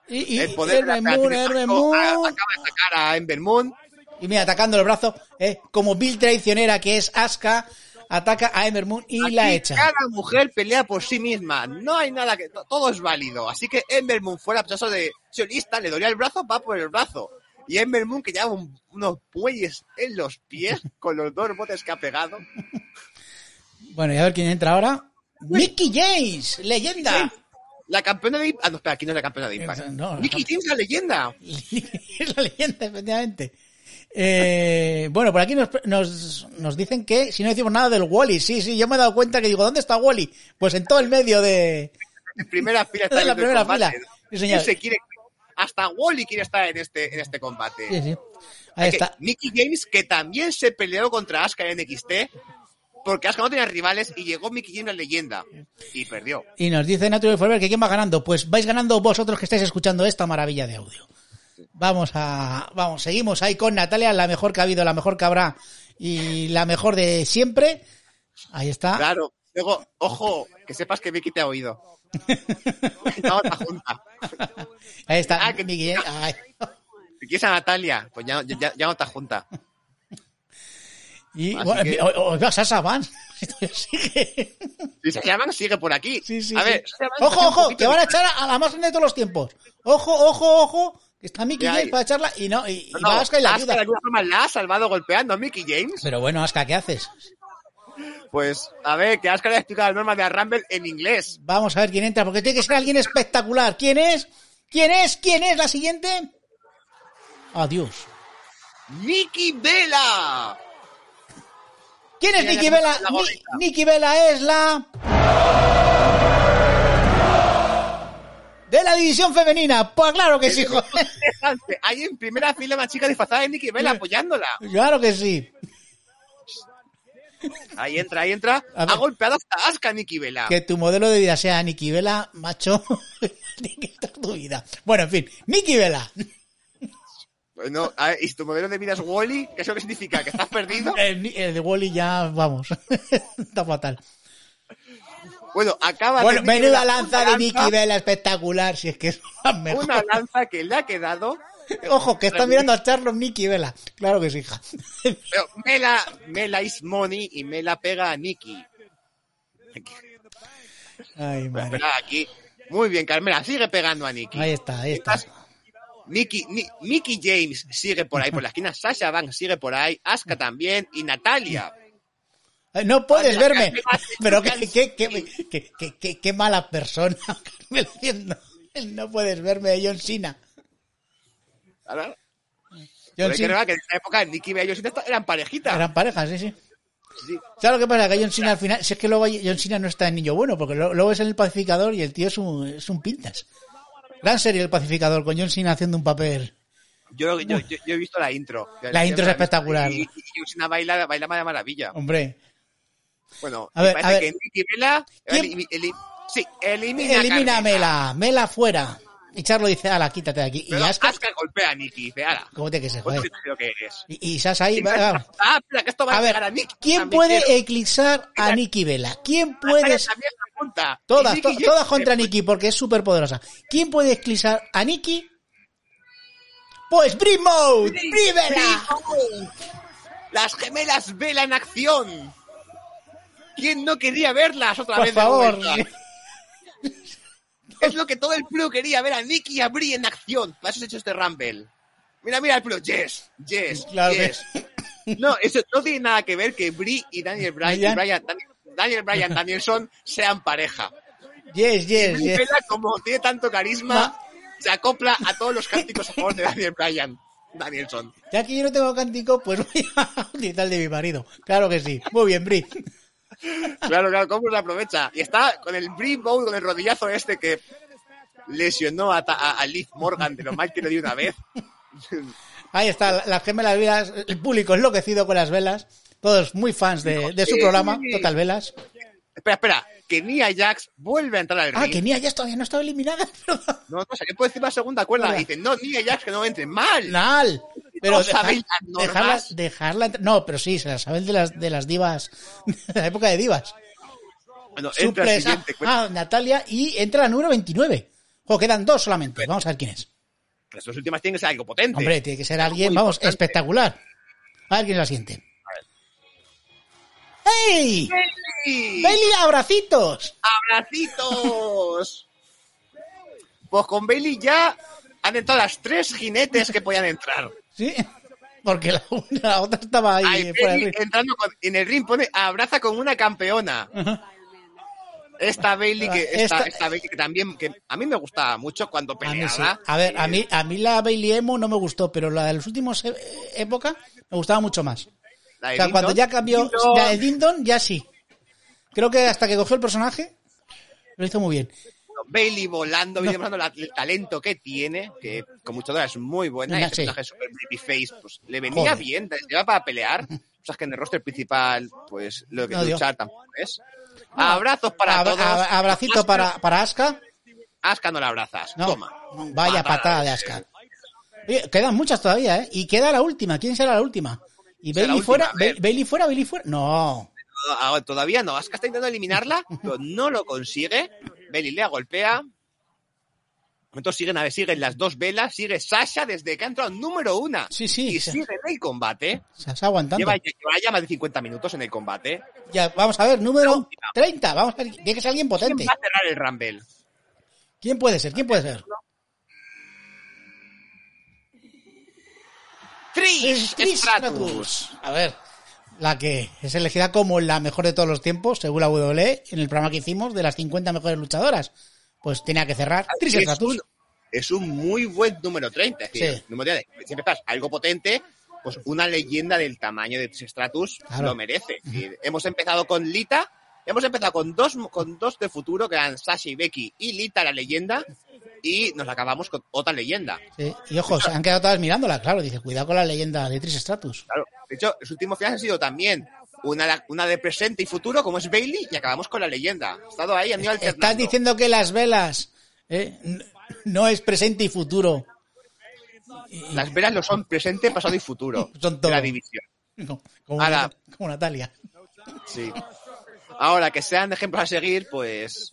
Y, y
el poder de la
Hermes Moon,
Emperatriz
Hermes
Marco a-
Moon.
acaba de sacar a Ember Moon.
Y mira, atacando el brazo, eh, como vil traicionera que es Aska, ataca a Ember Moon y la
Aquí
echa.
Cada mujer pelea por sí misma. No hay nada que. to- Todo es válido. Así que Ember Moon fuera pedazo de solista, le dolía el brazo, va por el brazo. Y Ember Moon que lleva un- unos bueyes en los pies con los dos botes que ha pegado.
Bueno, y a ver quién entra ahora. Mickey James, leyenda.
La campeona de Impact. Ah, no, espera, aquí no es la campeona de Impact.
No, la
Nicky James, la leyenda.
es la leyenda, efectivamente. Eh, bueno, por aquí nos, nos, nos dicen que si no decimos nada del Wally, sí, sí, yo me he dado cuenta que digo, ¿dónde está Wally? Pues en todo el medio de...
En primera fila está
En la
viendo el
primera
combate.
fila. Sí, señor.
Ese quiere- hasta Wally quiere estar en este, en este combate.
Sí, sí. Ahí
Que
está.
Mickey James, que también se peleó contra Asuka en NXT, porque Asuka no tenía rivales y llegó Mickey James la leyenda. Y perdió.
Y nos dice Natural Forever que quién va ganando. Pues vais ganando vosotros que estáis escuchando esta maravilla de audio. Vamos a, vamos, seguimos ahí con Natalia, la mejor que ha habido, la mejor que habrá y la mejor de siempre. Ahí está.
Claro. Luego, ojo, que sepas que Mickey te ha oído. Estaba otra junta.
Ahí está.
Ah, que-
Miguel. Ay.
Si quieres a Natalia, pues ya, ya, ya no te junta.
Y
Así
bueno,
que-
o- o- oiga, Sasha Vance. Sigue.
Si se llaman, sigue por aquí.
Sí, sí,
a
sí.
ver, Sasha Banks hace
ojo,
un
ojo,
poquito
que
de-
van a echar a la más grande de todos los tiempos. Ojo, ojo, ojo, que está Mickey
Ya,
James
ya.
para echarla y no, y, y
No,
va
no,
Asuka y la
Asuka de
ayuda.
alguna forma la ha salvado golpeando a Mickey James.
Pero bueno, Aska, ¿qué haces?
Pues, a ver, que Asuka le ha explicado las normas de Rumble en inglés.
Vamos a ver quién entra, porque tiene que ser alguien espectacular. ¿Quién es? ¿Quién es? ¿Quién es la siguiente? Adiós.
¡Nikki Vela!
¿Quién es
Mira,
Nikki
ya
Vela?
la
Ni-
gorrita.
Nikki Vela es la... De la división femenina. Pues claro que sí, joder.
Interesante. Hay en primera fila una chica disfrazada de Nikki Vela apoyándola.
Claro que sí.
Ahí entra, ahí entra.
A ver.
Ha golpeado hasta Aska, Nikki Vela.
Que tu modelo de vida sea Nikki Vela, macho. Tienes que estar tu vida. Bueno, en fin, Nikki Vela.
No, a ver, y si tu modelo de vida es Wally, ¿qué eso qué significa? ¿Que estás perdido?
El, el Eh, de Wally ya, vamos. Está fatal.
Bueno, acaba
Bueno,
de Nikki
menuda
Vela
lanza
una
de Nikki Vela espectacular, si es que es la mejor.
Una lanza que le ha quedado.
Ojo, que está mirando a Charlos Nikki Vela. Claro que sí, hija.
Pero Mela, Mela is money y Mela pega a Nikki.
Ay, madre.
Espera, aquí. Muy bien, Carmela, sigue pegando a Nikki.
Ahí está, ahí está.
Nikki, Ni- Nikki James sigue por ahí por la esquina, Sasha Banks sigue por ahí, Asuka también y Natalia.
Ay, No puedes
Vale,
verme.
vale,
Pero qué,
vale.
qué, qué, qué- qué- qué- qué mala persona. Carmelo Haciendo. El No puedes verme de John Cena.
¿Verdad? Pero
John
hay que
Cena.
recordar que en esa época Nikki Bella y John Cena eran parejitas.
Eran parejas, sí, sí.
Sí.
¿Sabes lo que pasa? Que John Cena al final, si es que luego John Cena no está en niño bueno, porque lo- luego es en el pacificador y el tío es un, es un pintas. Gran serie el pacificador, con John Cena haciendo un papel.
Yo, yo, yo, yo he visto la intro.
La intro es espectacular.
Y, y John Cena baila, bailaba de maravilla.
Hombre,
Bueno,
A
me
ver,
parece
a
que
ver.
Nikki Bella.
¿Quién?
elimi- eli- sí, elimina. a Carmela.
elimínamela, mela fuera. Y Charlo dice, ala, quítate de aquí. Y
Pero Pues
Asuka,
Asuka golpea a Nikki. Dice, ala,
¿cómo te que se
¿cuánto
joder?
creo que eres?
Y, y Sasha ahí, va- va.
Ah, espera, que esto va a,
A ver,
llegar a Nikki.
¿quién
también
puede
quiero.
eclipsar a Nikki Vela? ¿Quién
Natalia
puede...?
también se apunta. Y
Todas,
Nikki
to-
James
todas contra
se-
Nikki, porque es súper poderosa. ¿Quién puede eclipsar a Nikki? Pues Brie Mode, Brie Vela.
Las gemelas Vela en acción. ¿Quién no quería verlas otra
Por
vez? de
favor.
vuelta? Es lo que todo el crew quería ver a Nikki y a Brie en acción. Para eso he hecho este Rumble. Mira, mira el crew. Yes, yes,
Claro que-
yes. No, eso no tiene nada que ver que Brie y Daniel Bryan,
Bryan.
y Bryan- Daniel, Daniel Bryan Danielson sean pareja.
Yes, yes,
Brie
yes.
Bella, como tiene tanto carisma, se acopla a todos los cánticos a favor de Daniel Bryan Danielson.
Ya que yo no tengo cántico, pues voy a utilizar el de mi marido. Claro que sí. Muy bien, Brie.
Claro, claro, cómo se aprovecha. Y está con el Brie Bowl, con el rodillazo este que lesionó a, ta- a, a Liv Morgan de lo mal que le dio una vez.
Ahí está, la- las gemelas velas, el público enloquecido con las velas. Todos muy fans de, de su
Sí.
programa, Total Velas.
Espera, espera, que Nia Jax vuelve a entrar al
Ah,
ring.
que Nia ya todavía no estaba eliminada. perdón.
No, no, salió por encima de la segunda cuerda.
Hola.
Y dicen, no, Nia Jax, que no entre mal.
Nal. Pero
No
dejar-
sabéis las normas.
dejarla, dejarla entrar- No, pero sí, se la saben de las, de las divas. De la época de divas.
Bueno, entra al
Suples, ah,
siguiente. pues. cuerda.
ah, Natalia y entra la número 29. O quedan dos solamente. Vamos a ver quién es.
Las dos últimas tienen que ser algo potente.
Hombre, tiene que ser alguien,
muy
vamos,
importante.
espectacular. A ver quién es la siguiente. ¡Ey!
¡Sí!
¡Beli, abracitos!
¡Abracitos! pues con Bailey ya han entrado las tres jinetes que podían entrar.
Sí, porque la, una- la otra estaba ahí.
Ay,
fuera del
Bailey
ring.
entrando con- en el ring pone abraza con una campeona. Esta Bailey que esta,
Esta-
esta Bailey que también que a mí me gustaba mucho cuando
A mí sí.
peleaba.
A ver, a mí, a mí la Bailey Emo no me gustó, pero la de los últimos e- época me gustaba mucho más.
La
O
de
sea,
Dindon.
cuando ya cambió
Dindon.
ya el Dindon, ya sí. Creo que hasta que cogió el personaje, lo hizo muy bien.
Bailey volando, Bailey demostrando la- el talento que tiene, que como luchadora es muy buena, y
Una-
el
sí.
personaje super babyface, pues le venía
Joder.
bien, le llevaba para pelear. O sea, es que en el roster principal, pues lo que
No dio.
luchar tampoco es. Abrazos para
Abra-
todos.
abra- abracito
Asuka-
para, para Aska.
Asuka no la abrazas.
No,
Toma.
vaya patada de Aska. Oye, quedan muchas todavía, ¿eh? Y queda la última. ¿Quién será la última? ¿Y
Será la
Bailey
última,
fuera?
a ver.
Ba- ¿Bailey fuera? ¿Bailey fuera? No.
Ah, Todavía no, Asuka está intentando eliminarla, pero no lo consigue. Bailey le golpea. Entonces siguen, a ver, siguen las dos velas, sigue Sasha desde que ha entrado número una.
Sí, sí.
Y sigue en el combate.
Se está aguantando.
Lleva, ya- lleva ya más de 50 minutos en el combate.
Ya, vamos a ver,
La
número
última.
30. Vamos a ver, tiene que ser alguien
¿Quién
potente.
va a cerrar el Rumble?
¿Quién puede ser? ¿Quién puede ser?
Trish,
Es Trish
Stratus.
Stratus. A ver, la que es elegida como la mejor de todos los tiempos, según la WWE, en el programa que hicimos de las 50 mejores luchadoras. Pues tenía que cerrar Trish
Es
Stratus.
un- Es un muy buen número 30. Es decir,
Sí.
número de- siempre estás algo potente, pues una leyenda del tamaño de Trish Stratus
Claro.
lo merece. Es decir, hemos empezado con Lita, hemos empezado con dos, con dos de futuro, que eran Sasha y Becky, y Lita la leyenda, y nos la acabamos con otra leyenda.
Sí, Y ojo, se han quedado todas mirándola, claro. Dice, cuidado con la leyenda de Trish Stratus.
Claro. De hecho, los últimos finales han sido también una, una de presente y futuro, como es Bailey, y acabamos con la leyenda. He estado ahí, han ido
Estás
alternando.
diciendo que las velas eh, n- no es presente y futuro.
Las velas lo son presente, pasado y futuro.
Son
de La
todo.
división.
No, como,
Ahora.
como Natalia.
Sí. Ahora, que sean ejemplos a seguir, pues.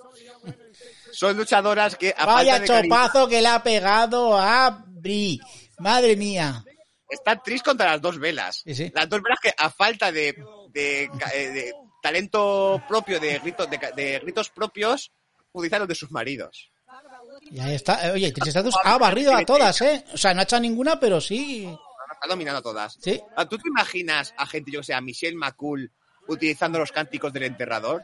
Son luchadoras que. a falta
Vaya
de cariño,
chopazo que le ha pegado a Bri. Madre mía.
Está Tris contra las dos velas.
Sí, sí.
Las dos velas que, a falta de, de ca- eh, de talento propio, de gritos, de, ca- de gritos propios, utilizan los de sus maridos.
Y ahí está. Eh, Oye, Trish Stratus ha barrido a todas, ¿eh? O sea, no ha hecho ninguna, pero sí.
Está dominando a todas.
Sí.
Ah, ¿Tú te imaginas a gente, yo que sé, a Michelle McCool utilizando los cánticos del enterrador?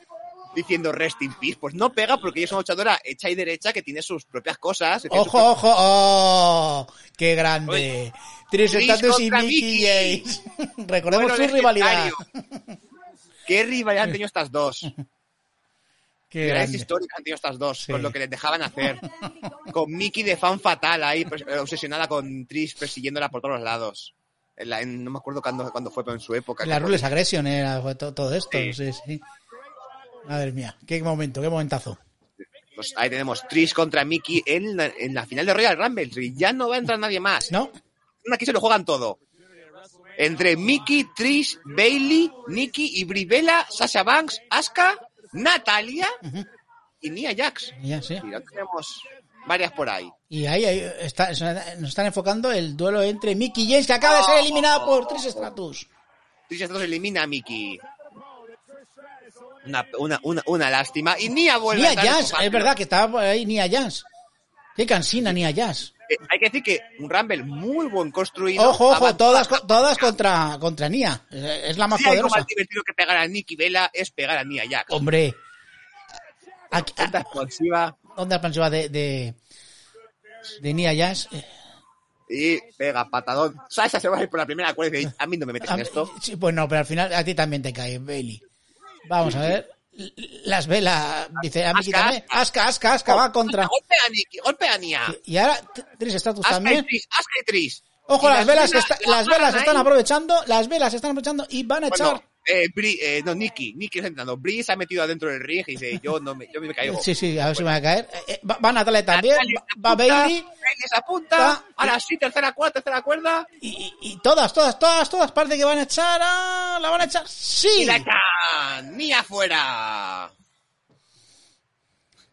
Diciendo rest in peace. Pues no pega porque ella es una luchadora hecha y derecha que tiene sus propias cosas. que tiene sus
Ojo, ojo. ¡Oh! ¡Qué grande! Trish
Trish
Stratus y
contra
Mickey
Mickey.
James. Recordemos
Bueno,
su rivalidad.
legendario. Qué rivalidad han tenido estas dos.
Qué
Grandes
grande.
históricas han tenido estas dos,
Sí.
con lo que les dejaban hacer. Con Mickey de fan fatal ahí, pues, eh, obsesionada con Trish, persiguiéndola por todos lados. En la- en- no me acuerdo cuándo, cuándo fue, pero en su época.
La
creo.
Rules Aggression era fue to- todo esto.
Sí.
Sí, sí. Madre mía. Qué momento, qué momentazo.
Pues ahí tenemos Trish contra Mickey en la, en la final de Royal Rumble. Y ya no va a entrar nadie más.
¿No?
Aquí se lo juegan todo. Entre Mickey, Trish, Bailey, Nikki y Brivela, Sasha Banks, Asuka, Natalia y Nia Jax.
Ya, sí.
Mira, tenemos varias por ahí.
Y ahí, ahí está, nos están enfocando el duelo entre Mickey James, que acaba de ser eliminada por Trish Stratus.
Trish Stratus elimina a Mickey. Una, una, una, una lástima. Y Nia vuelve a
Nia
entrar en
Jazz,
combate.
es verdad que estaba por ahí Nia Jazz. Qué cansina Nia Jazz.
Eh, Hay que decir que un Rumble muy buen construido.
Ojo, ojo,
Avanza-
todas, co- todas contra, contra Nia. Eh, Es la más
Si hay algo
poderosa.
más divertido que pegar a Nikki Vela es pegar a Nia Jax.
Hombre. Aquí-
Esta
a-
expansiva
¿Dónde la expansiva de, de, de Nia Jazz? Eh,
y pega patadón. Sasha se va a ir por la primera cuerda y dice, a mí no me metes en esto.
Sí, pues no, pero al final a ti también te cae, Bailey. Vamos a ver. L- Las velas, dice, a mí
Asca,
quítame. Asca, asca, asca, va contra.
Golpea a Nikki, golpea a Nia.
Y ahora t- Tris Status
Asca y
también.
Trish, Asca y Trish.
Ojo,
Y
las velas,
minas
está-
la
las velas
agarran
están
ahí.
aprovechando, las velas están aprovechando y van a echar.
Bueno, eh, Bri, eh, no, Nikki, Nikki está entrando. Bri se ha metido adentro del ring y dice, yo no me, yo me caigo.
Sí, sí, a ver si van a caer. Eh, eh, va, va Natalia también,
Dale,
va- va
apunta,
Bailey
Bailey se apunta.
Va.
Ahora sí, tercera cuerda, tercera cuerda.
y, y- y todas, todas, todas, todas, parece que van a echar. ah, la van a echar.
Y
Sí.
la echan. Ni afuera.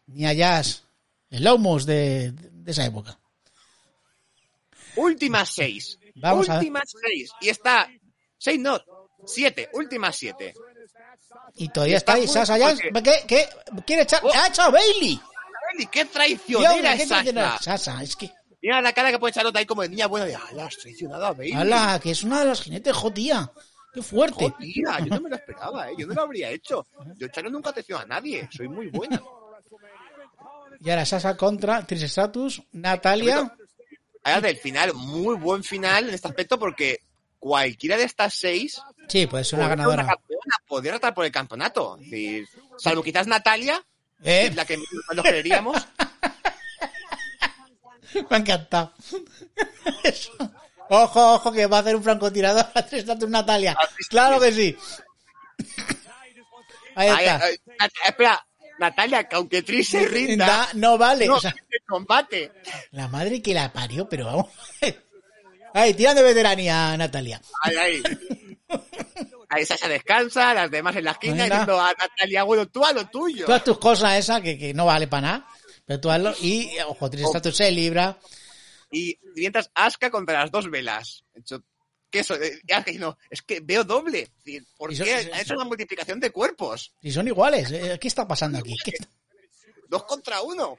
Ni a Jazz, el Homos de, de esa época.
Últimas seis.
Vamos a ver.
últimas seis. Y está. Seis no. Siete. Últimas siete.
Y todavía está ahí
Está muy-
Sasha Jazz.
porque-
¿Qué, qué? ¿Quiere echar?
Oh.
¡Ha echado Bailey!
Bailey, qué
Dios,
traicionera
¿qué
es
te tiene-
Sasha.
Sasha, es que.
Mira la cara que puede Charlotte ahí como de niña buena de. ¡Ala, has traicionado a Bailey!
¡Hala! Que es una de las jinetes, jodía. ¡Qué fuerte!
Jodida, yo no me lo esperaba, ¿eh? Yo no lo habría hecho. Yo, Charlotte, nunca traiciono a nadie. Soy muy buena.
Y ahora Sasha contra Trish Stratus, Natalia.
Ahora del final, muy buen final en este aspecto porque cualquiera de estas seis
Sí, puede ser una
podría
ganadora.
campeona, podría estar por el campeonato. Es decir, salvo quizás Natalia, que
¿Eh?
es la que nos quereríamos.
Me ha encantado. Eso. Ojo, ojo, que va a hacer un francotirador a Trish Stratus, Natalia. Claro que sí. Ahí
Ay,
está.
ay, ay, espera, Natalia, que aunque Trish se rinda,
Da- no vale.
no
O sea,
el combate.
la madre que la parió, pero vamos. Ahí, tirando de veteranía, Natalia.
Ay, ay. Ahí Sasha descansa, las demás en la esquina,
Venga.
diciendo a Natalia, bueno, tú a lo tuyo.
Tú haz tus cosas esas que, que no vale para nada. Pero tú hazlo. Y, ojo, Trish Stratus se libra.
Y mientras Aska contra las dos velas. Hecho, ¿Qué eso? Aska diciendo, es que veo doble. Es decir, ¿Por
Y son-
qué?
y son-
Ha hecho una multiplicación de cuerpos.
Y son iguales. eh, ¿Qué está pasando aquí? ¿Qué está-
Dos contra uno.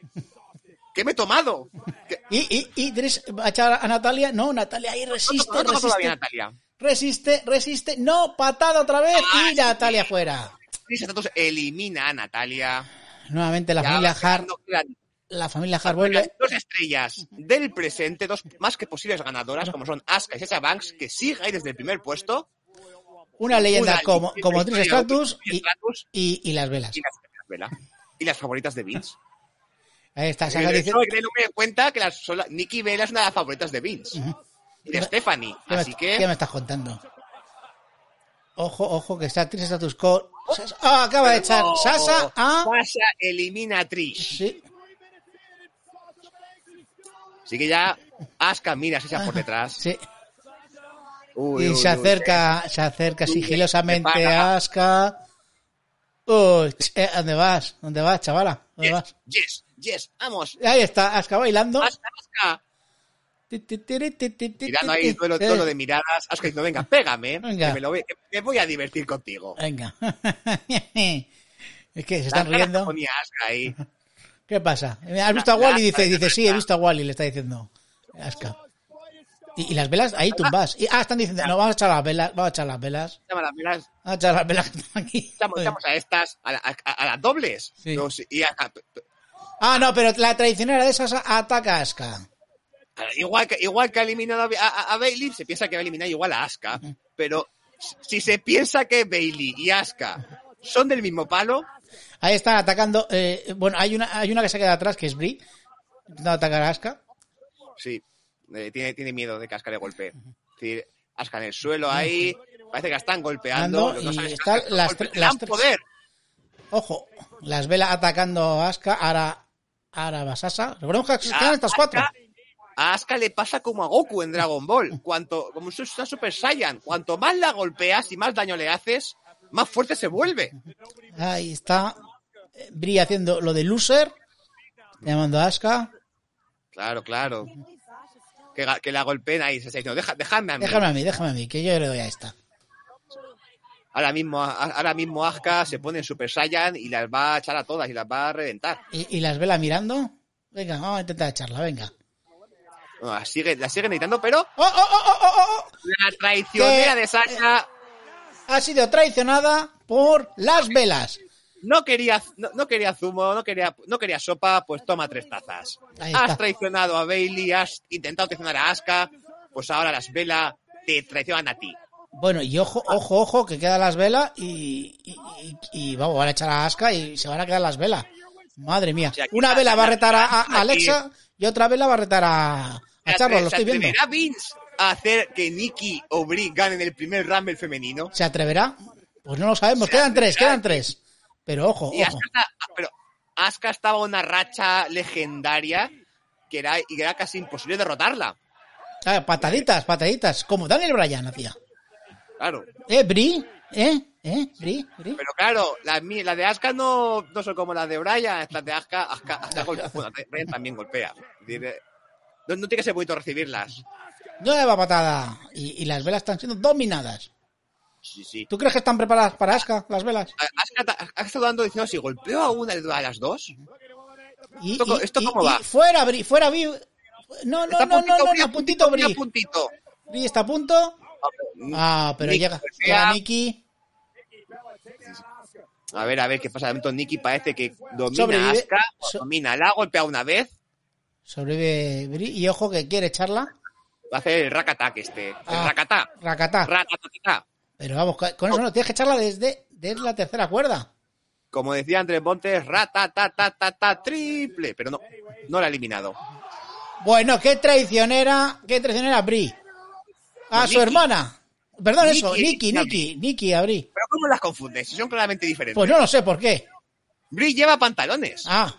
¿Qué me he tomado? ¿Qué-
Y, y, y Trish va a echar a Natalia. No, Natalia ahí
No
resiste,
toca todavía
resiste.
Natalia.
Resiste, resiste. No, patada otra vez. Y Natalia fuera.
Trish Stratus elimina a Natalia.
Nuevamente la
Ya
familia
va
Hart.
quedando claro.
La familia Hart vuelve.
Dos estrellas del presente, dos más que posibles ganadoras, como son Asuka y Sasha Banks, que sigue ahí desde el primer puesto.
Una leyenda
Una
como,
leyenda
como Trish
histórica,
Stratus
Trish
y,
Stratus
y, y las velas.
y las, vela. Y las favoritas de Vince.
Ahí está.
Eso
Sasha dice-
hay que tener en cuenta que las, son la- Nikki Vela es una de las favoritas de Vince. Y de Stephanie.
¿Qué me,
Así que
qué me estás contando? Ojo, ojo, que está Trish Status Quo. Sasha- ah, acaba de echar
Oh,
Sasha a...
Sasha elimina a Trish.
Sí,
Así que ya Asuka mira a Sasha por detrás.
sí.
Uy,
Y
uy,
se
uy,
acerca, se acerca
Uy,
sigilosamente
qué
a
paja.
Aska. Uy, ch- eh, ¿dónde vas? ¿Dónde vas, chavala? ¿Dónde
Yes,
vas?
yes, yes, vamos.
Ahí está, Aska bailando.
Asuka, Asuka.
Ti, ti, tiri, ti, ti, ti,
Tirando
ti,
ahí
ti.
duelo,
Eh,
duelo de miradas. Asuka diciendo, venga, pégame.
Venga.
que me, lo voy, que me voy a divertir contigo.
Venga. Es que se están
Las ganas que
riendo.
ponía Asuka ahí.
¿Qué pasa? Eh, ¿Has visto a
La-
Wally?
la-
Dice, dice, sí, he
la-
visto a Wally, le está diciendo Aska. Y, y las velas ahí tumbas. Y, ah, están diciendo, no, vamos a echar las velas, vamos a echar las velas.
Llama las miras,
Vamos a echar las velas que están aquí.
Echamos, echamos a estas, a, la- a- a las dobles.
Sí.
No, sí, y a- a-
Ah, no, pero la traicionera de esas ataca a Aska.
a- igual, que, igual que ha eliminado a, a, Bailey, se piensa que va a eliminar igual a Asuka. Pero si se piensa que Bailey y Asuka son del mismo palo,
Ahí está atacando. eh, bueno, hay una, hay una que se queda atrás, que es Bri. Intentando atacar a Aska.
sí, eh, tiene, tiene miedo de cascar de golpe. Es decir, Asuka en el suelo ahí, parece que la están golpeando.
Ando,
lo que no
y
sabes es que
están
están
las
golpeando,
tre- las
dan
tres.
poder.
Ojo, las vela atacando a Aska. Ahora, ahora Basasa. Recordemos que quedan estas cuatro.
Asuka- A Asuka le pasa como a Goku en Dragon Ball. Cuanto, como es una Super Saiyan, cuanto más la golpeas y más daño le haces, más fuerte se vuelve.
Ahí está eh, Bri haciendo lo de loser. Llamando a Aska.
Claro, claro. Que, ga- que la golpeen ahí. Se está diciendo, "Deja- dejadme a mí.
Déjame a mí, déjame a mí, que yo le doy a esta.
Ahora mismo, a- ahora mismo Asuka se pone en Super Saiyan y las va a echar a todas y las va a reventar.
Y, y las vela mirando. Venga, vamos a intentar echarla, venga.
Bueno, la sigue, la sigue necesitando, pero
¡Oh, oh, oh, oh, oh, oh!
la traicionera
¿Qué?
de Sasha
Ha sido traicionada por las velas.
no quería, no, no quería zumo, no quería, no quería sopa, pues toma tres tazas.
Ahí está.
Has traicionado a Bailey, has intentado traicionar a Asuka, pues ahora las Vela te traicionan a ti.
Bueno, y ojo, ojo, ojo, que quedan las velas y, y- y- y vamos, van a echar a Aska y se van a quedar las velas. Madre mía.
O sea, que
Una
la-
vela va a
la-
retar a, a
la-
Alexa y otra vela va a retar a, a Charlo, lo
¿Se
estoy viendo.
atreverá Vince a hacer que Nikki o Brie ganen el primer Rumble femenino?
¿Se atreverá? Pues no lo sabemos.
¿Se
Quedan tres,
atreverá? eh.
quedan tres. Pero ojo,
Y
ojo.
Asuka, está- pero Asuka estaba en una racha legendaria que era, y que era casi imposible derrotarla.
Ah, pataditas, pataditas. Como Daniel Bryan hacía.
Claro.
¿Eh, Bri? ¿Eh? ¿Eh? ¿Bri? ¿Bri?
Pero claro, las mi- las de Asuka no, no son como las de Brian, las de Asuka, Asuka, Asuka golpea, bueno, Brian también golpea. Es decir, eh, No, no tiene que ser bonito recibirlas.
Nueva patada. Y, y las velas están siendo dominadas.
Sí, sí.
¿Tú crees que están preparadas para Aska, las velas?
Asuka ta- ha estado dando diciendo si golpeo a una de las dos.
Y-
¿Esto co-
y-
esto
y-
cómo
y
va?
Fuera, Bri, fuera, Bri. No, no,
Está
no, no, no,
Bri,
no, puntito,
Bri,
Bri.
puntito. Mm.
Bri está a punto.
A
Ah, pero
Nikki
llega,
golpea.
llega Nikki.
ver, a ver qué pasa. De momento Nikki parece que domina
Sobrevive.
a Asuka,
So-
domina, la ha golpeado una vez,
Sobrevive Bri. Y ojo que quiere echarla.
va a hacer el racatac este. El
Ah.
racatá.
Racatá.
Ratatatá.
Pero vamos, ca- con eso no, tienes que echarla desde, desde la tercera cuerda.
Como decía Andrés Montes, ratatatatata triple. Pero no, no la ha eliminado.
Bueno, qué traicionera, qué traicionera Bri. A
No,
su
Nikki.
hermana. Perdón, eso,
Nikki,
Nikki,
Nikki,
Nikki, Nikki a Bri.
Pero ¿cómo las confundes? Si son claramente diferentes.
Pues no lo sé por qué.
Brie lleva pantalones.
Ah,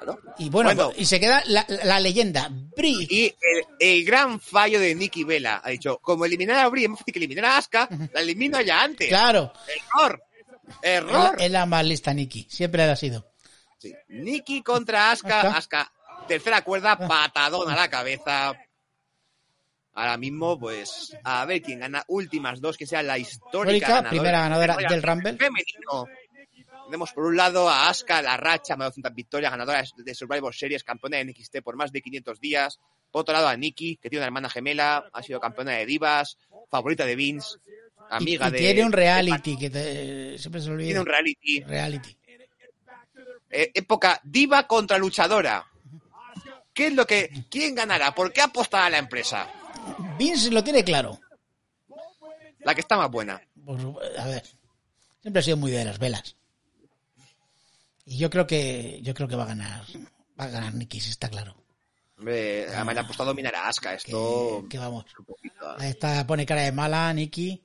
Claro.
y bueno,
Bueno.
pues- y se queda la, la leyenda. Bri.
Y el, el gran fallo de Nikki Vela ha dicho, como eliminar a Brie es más fácil que eliminar a Asuka, la elimino ya antes.
Claro.
Error. Error.
Es la más lista, Nikki. Siempre la ha sido.
Sí. Nikki contra Asuka.
Asuka.
Asuka, tercera cuerda, patadón a la cabeza. Ahora mismo, pues, a ver quién gana. Últimas dos, que sea la histórica
Histórica,
ganadora.
primera ganadora del Rumble.
Femenino. Tenemos por un lado a Asuka, la racha, más de 200 victorias, ganadora de Survivor Series, campeona de NXT por más de 500 días. Por otro lado a Nikki, que tiene una hermana gemela, ha sido campeona de divas, favorita de Vince,
Y-
amiga
y,
de...
tiene un
de-
reality que te- eh, siempre se lo olvida.
tiene un reality.
reality.
Eh, época diva contra luchadora. ¿Qué es lo que quién ganará? ¿Por qué apostará la empresa?
Vince lo tiene claro.
La que está más buena.
Por su- a ver, siempre ha sido muy de las velas. Y yo creo que yo creo que va a ganar va a ganar Nikki, sí está claro.
Eh, Hombre, además le ha apostado a dominar a Asuka.
Que,
Esto
que vamos. Ahí está, pone cara de mala, Nikki.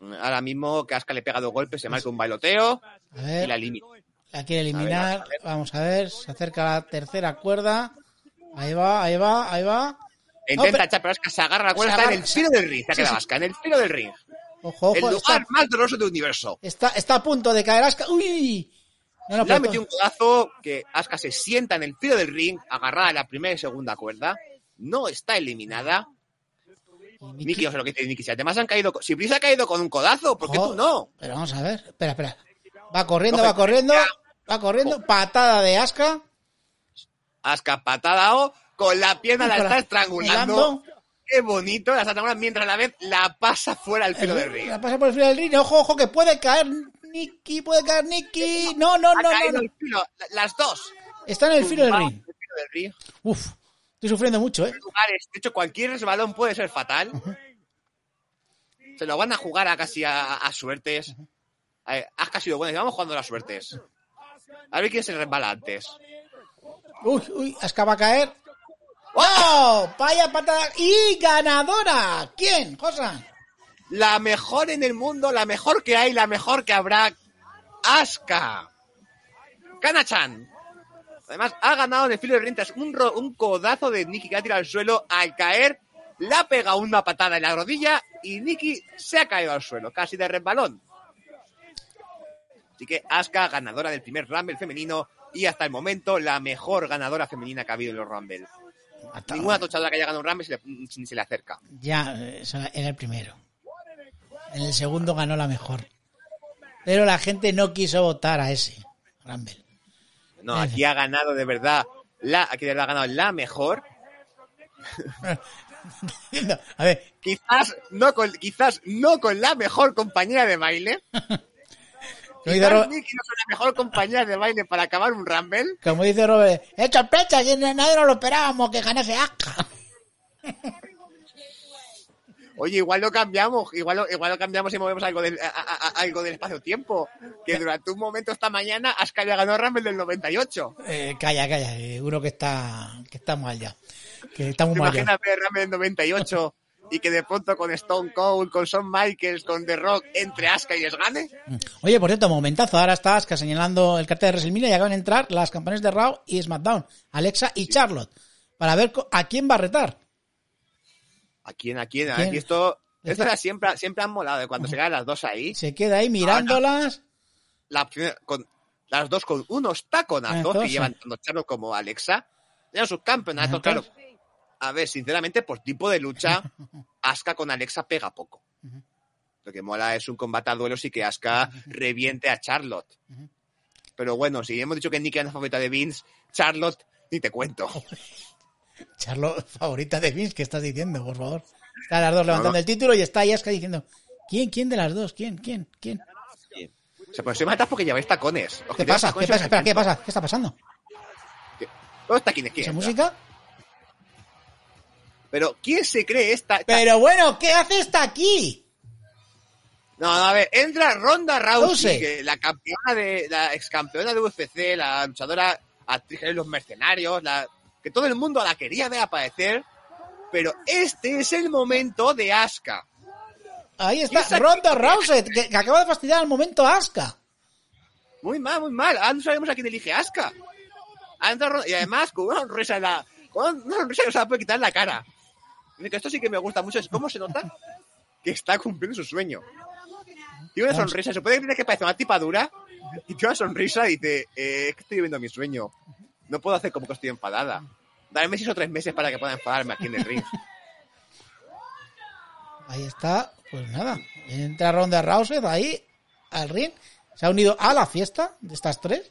Ahora mismo Casca le pega dos golpes, se marca un bailoteo
A
y la
ver,
limita.
la quiere
A ver,
eliminar.
a ver.
Vamos a ver, se acerca la tercera cuerda. Ahí va, ahí va, ahí va.
Intenta
pero-
echar, pero Asuka se agarra la cuerda,
Se
está en
agarra,
el filo del ring, se ha quedado Asuka, en el filo del ring.
Ojo,
El
ojo,
lugar
está,
más doloroso del universo.
está, está a punto de caer Aska. ¡Uy! No lo
Le ha
puedo-
metido un codazo que Asuka se sienta en el filo del ring, agarrada a la primera y segunda cuerda. No está eliminada.
Y Nikki-
Nikki, o sea, lo que dice Nikki, si además han caído. con- Si Brice ha caído con un codazo, ¿por qué
Ojo,
tú no?
Oh, Pero vamos a ver, espera, espera. Va corriendo,
Coge-
va corriendo, va
Oh.
corriendo. Patada de Aska.
Asuka patada o con la pierna la
Con la-
está estrangulando.
hilando.
Qué bonito, la está estrangulando mientras a la vez la pasa fuera al filo del ring.
La pasa por el filo del ring. Ojo, ojo, que puede caer Nikki, puede caer Nikki. No, no,
Ha
no,
caído
no. no.
al filo, la- las dos.
Está en el filo del
Tumbado
ring.
en el filo del ring.
Uf, estoy sufriendo mucho, ¿eh?
lugares. De hecho, cualquier resbalón puede ser fatal. Se lo van a jugar a casi a, a suertes. A ver, has casi lo bueno. Vamos jugando a las suertes. A ver quién se resbala antes.
Uy, uy, Aska va a caer. ¡Wow! Vaya patada. ¡Y ganadora! ¿Quién? Josa.
La mejor en el mundo, la mejor que hay, la mejor que habrá. Aska. Kanachan. Además, ha ganado en el filo de rentas un, ro- un codazo de Nikki que ha tirado al suelo al caer. La ha pegado una patada en la rodilla y Nikki se ha caído al suelo, casi de resbalón. Así que Asuka, ganadora del primer Rumble femenino y hasta el momento la mejor ganadora femenina que ha habido en los Rumble. Ninguna tochadora que haya ganado un Rumble se le, se- se le acerca.
Ya, eh, o sea, era el primero. En el segundo ganó la mejor. Pero la gente no quiso votar a ese, Rumble.
No, aquí ha ganado de verdad, la, aquí la ha ganado la mejor.
No, a ver,
Quizás no con, quizás no con la mejor compañera de baile.
como dice, Ro-
Quizás Nikki no con la mejor compañera de baile para acabar un Rumble.
como dice Robert, ¡eh, sorpresa! que na- Nadie nos lo esperábamos que ganase Aska.
Oye, igual lo cambiamos, igual lo, igual lo cambiamos y movemos algo del, a- a- a- algo del espacio-tiempo. Que durante un momento esta mañana Asuka ya ganó Rumble del 98.
Eh, calla, calla, eh, uno que está, que está mal ya. Que está muy
¿Te
mal.
imaginas ver Rumble del 98 y que de pronto con Stone Cold, con Shawn Michaels, con The Rock, entre Asuka y les gane?
Oye, por cierto, momentazo. Ahora está Aska señalando el cartel de WrestleMania y acaban de entrar las campeones de Raw y SmackDown, Alexa y Charlotte, para ver co- a quién va a retar.
¿A quién, a quién? A
¿Quién?
ver, esto, esto era siempre, siempre han molado, de cuando se quedan las dos ahí.
Se queda
Ah,
ahí mirándolas.
la primera- con, las dos con unos taconazos
Taconazos.
que llevan tanto Charlo como Alexa. Eran sus campeonatos,
Ajá.
claro. A ver, sinceramente, por tipo de lucha, Asuka con Alexa pega poco. Lo que mola es un combate a duelos y que Asuka reviente a Charlotte. Pero bueno, si hemos dicho que Nikki es la favorita de Vince, Charlotte, ni te cuento.
Charlotte, favorita de Vince, ¿qué estás diciendo, por favor? Están las dos levantando el título y está ahí Aska diciendo, ¿quién, quién de las dos? ¿Quién, quién, quién?
O sea, pues se matas porque lleváis tacones. Los
¿Qué
que llevan
pasa?
tacones
¿Qué pasa?
son
Espera, ¿qué
los
pasa? ¿Qué está pasando?
que- ¿Dónde está quién es quién?
¿Esa música?
Pero ¿quién se cree esta? esta-
Pero bueno, ¿qué hace esta aquí?
No, no, a ver, entra Ronda
Rousey.
Rousey, que la campeona de la ex campeona de UFC, la luchadora actriz de los mercenarios, la que todo el mundo la quería ver aparecer, pero este es el momento de Asuka.
Ahí
¿Y
está
esa-
Ronda Rousey, que, que acaba de fastidiar al momento a Aska.
Muy mal, muy mal. Ahora no sabemos a quién elige Asuka. Ha entrado Ron- Y además, con una sonrisa en la. Con una sonrisa que no se la puede quitar en la cara. Dice que esto sí que me gusta mucho, es cómo se nota que está cumpliendo su sueño. Tiene una
Vamos.
sonrisa, se puede creer que parece una tipa dura. Y tiene una sonrisa y dice: eh, Es que estoy viviendo mi sueño. No puedo hacer como que estoy enfadada. Dame seis o tres meses para que pueda enfadarme aquí en el ring.
Ahí está, pues nada. Entra Ronda Rousey ahí al ring. Se ha unido a la fiesta de estas tres.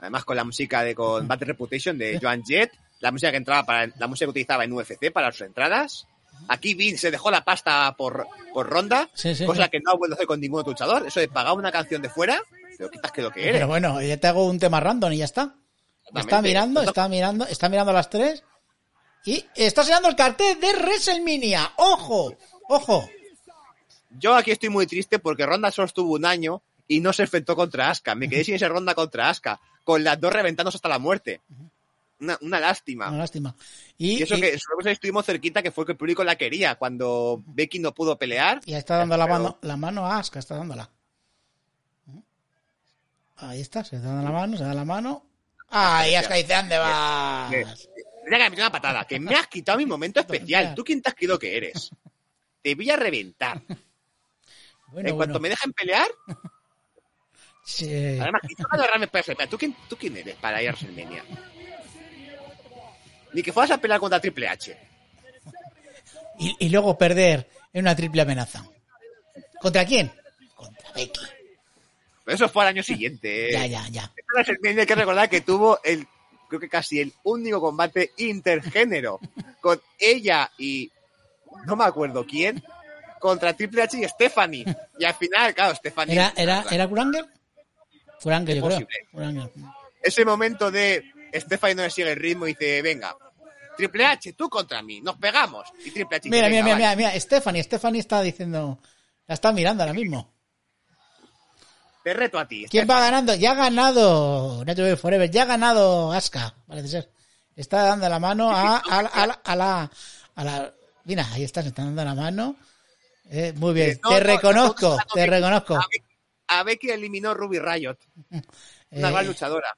Además, con la música de con Bad Reputation de Joan Jett, la música que entraba para la música que utilizaba en UFC para sus entradas. Aquí Vince se dejó la pasta por, por ronda,
Sí, sí,
cosa
sí.
que no ha vuelto a hacer con ningún otro luchador. Eso de pagar una canción de fuera, pero quitas que lo que eres.
Pero bueno, yo te hago un tema random y ya está. Está
Eh. Exactamente.
mirando,
Esto-
está mirando, está mirando a las tres. Y está señalando el cartel de WrestleMania. ¡Ojo! ¡Ojo!
Yo aquí estoy muy triste porque Ronda solo estuvo un año y no se enfrentó contra Asuka. Me quedé sin esa ronda contra Asuka, con las dos reventándose hasta la muerte. una, una lástima.
Una lástima.
Ah. Y,
Ah, Y,
eso
y-
que solo estuvimos cerquita, que fue que el público la quería. Cuando Becky no pudo pelear,
y está dando la
Pero-
mano, la mano a Aska, está dándola. Ahí está, se da la mano, se da la mano. Ay, Aska dice, ¿dónde vas?
que- mira que me metió una patada, que me has quitado mi momento especial. ¿Tú quién te has creído que eres? Te voy a reventar.
Bueno,
en cuanto
bueno.
me dejan pelear,
Sí.
además, ¿quién te va a agarrarme para WrestleMania? ¿Tú quién, ¿Tú quién eres para ir a WrestleMania? Ni que fueras a pelear contra Triple H.
Y, y luego perder en una triple amenaza. ¿Contra quién? Contra Becky.
Pero eso fue al año siguiente. ¿eh?
Ya, ya, ya.
Esta WrestleMania hay que recordar que tuvo el, creo que casi el único combate intergénero con ella y no me acuerdo quién contra Triple H y Stephanie. Y al final, claro, Stephanie.
¿Era, era, era Kuranger? Kuranger, yo creo.
Posible.
Kuranger.
Ese momento de Stephanie no le sigue el ritmo y dice, venga, Triple H, tú contra mí, nos pegamos. Y Triple H. dice,
Mira, mira,
"Venga,
mira,
vale".
mira, mira, Stephanie, Stephanie está diciendo, la está mirando ahora mismo.
Te reto a ti.
¿Quién va ganando? Ya ha ganado Nacho Forever, ya ha ganado Aska, parece ser. Está dando la mano a, a, la- a la, a la- a la- Mira, ahí está, se está dando la mano. Eh, muy bien,
Dice, "No,
te
no,
reconozco,
no, no,
te
no,
reconozco.
A Becky- A Becky eliminó Ruby Riot, una
Eh,
gran luchadora.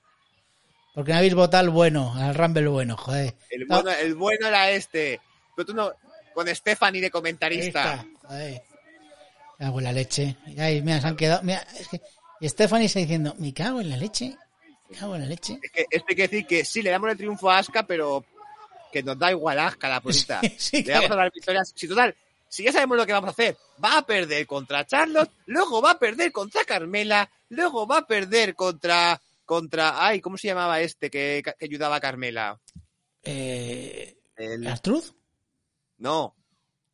porque me habéis votado al bueno, al Rumble bueno, joder.
El
No,
bueno, el bueno era este. Pero tú no. Con Stephanie de
ahí
comentarista.
está, joder. Me cago en la leche. Ay, mira, se han quedado. Mira, es que y Stephanie está diciendo, me cago en la leche, me cago en la leche.
Es que esto hay que decir que sí, le damos el triunfo a Aska, pero que nos da igual a Aska la puerta.
Sí, sí,
le vamos
que-
a dar victorias. Si total, si ya sabemos lo que vamos a hacer, va a perder contra Charlotte, luego va a perder contra Carmela, luego va a perder contra. contra Ay, ¿cómo se llamaba este que, que ayudaba a Carmela?
Eh,
El-
¿Artruz?
no.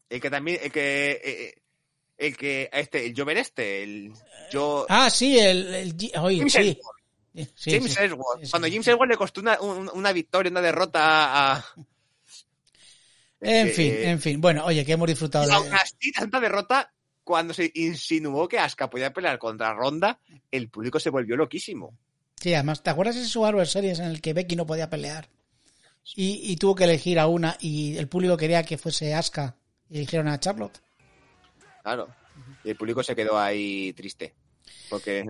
El que también. El que. eh, eh, el que. Este, el Jover este. El. Yo.
Ah, sí, el, el G- oye,
James
sí.
Ellsworth.
Sí,
James
sí.
Ellsworth.
Sí, sí.
Cuando James Ellsworth le costó una, un- una victoria, una derrota a. a-
En
Eh,
fin, en fin. Bueno, oye, que hemos disfrutado
Aún
de...
así, tanta derrota, cuando se insinuó que Asuka podía pelear contra Ronda, el público se volvió loquísimo.
Sí, además, ¿te acuerdas de su Arrow Series en el que Becky no podía pelear? Y, y tuvo que elegir a una y el público quería que fuese Asuka y eligieron a Charlotte.
Claro. Y el público se quedó ahí triste. Porque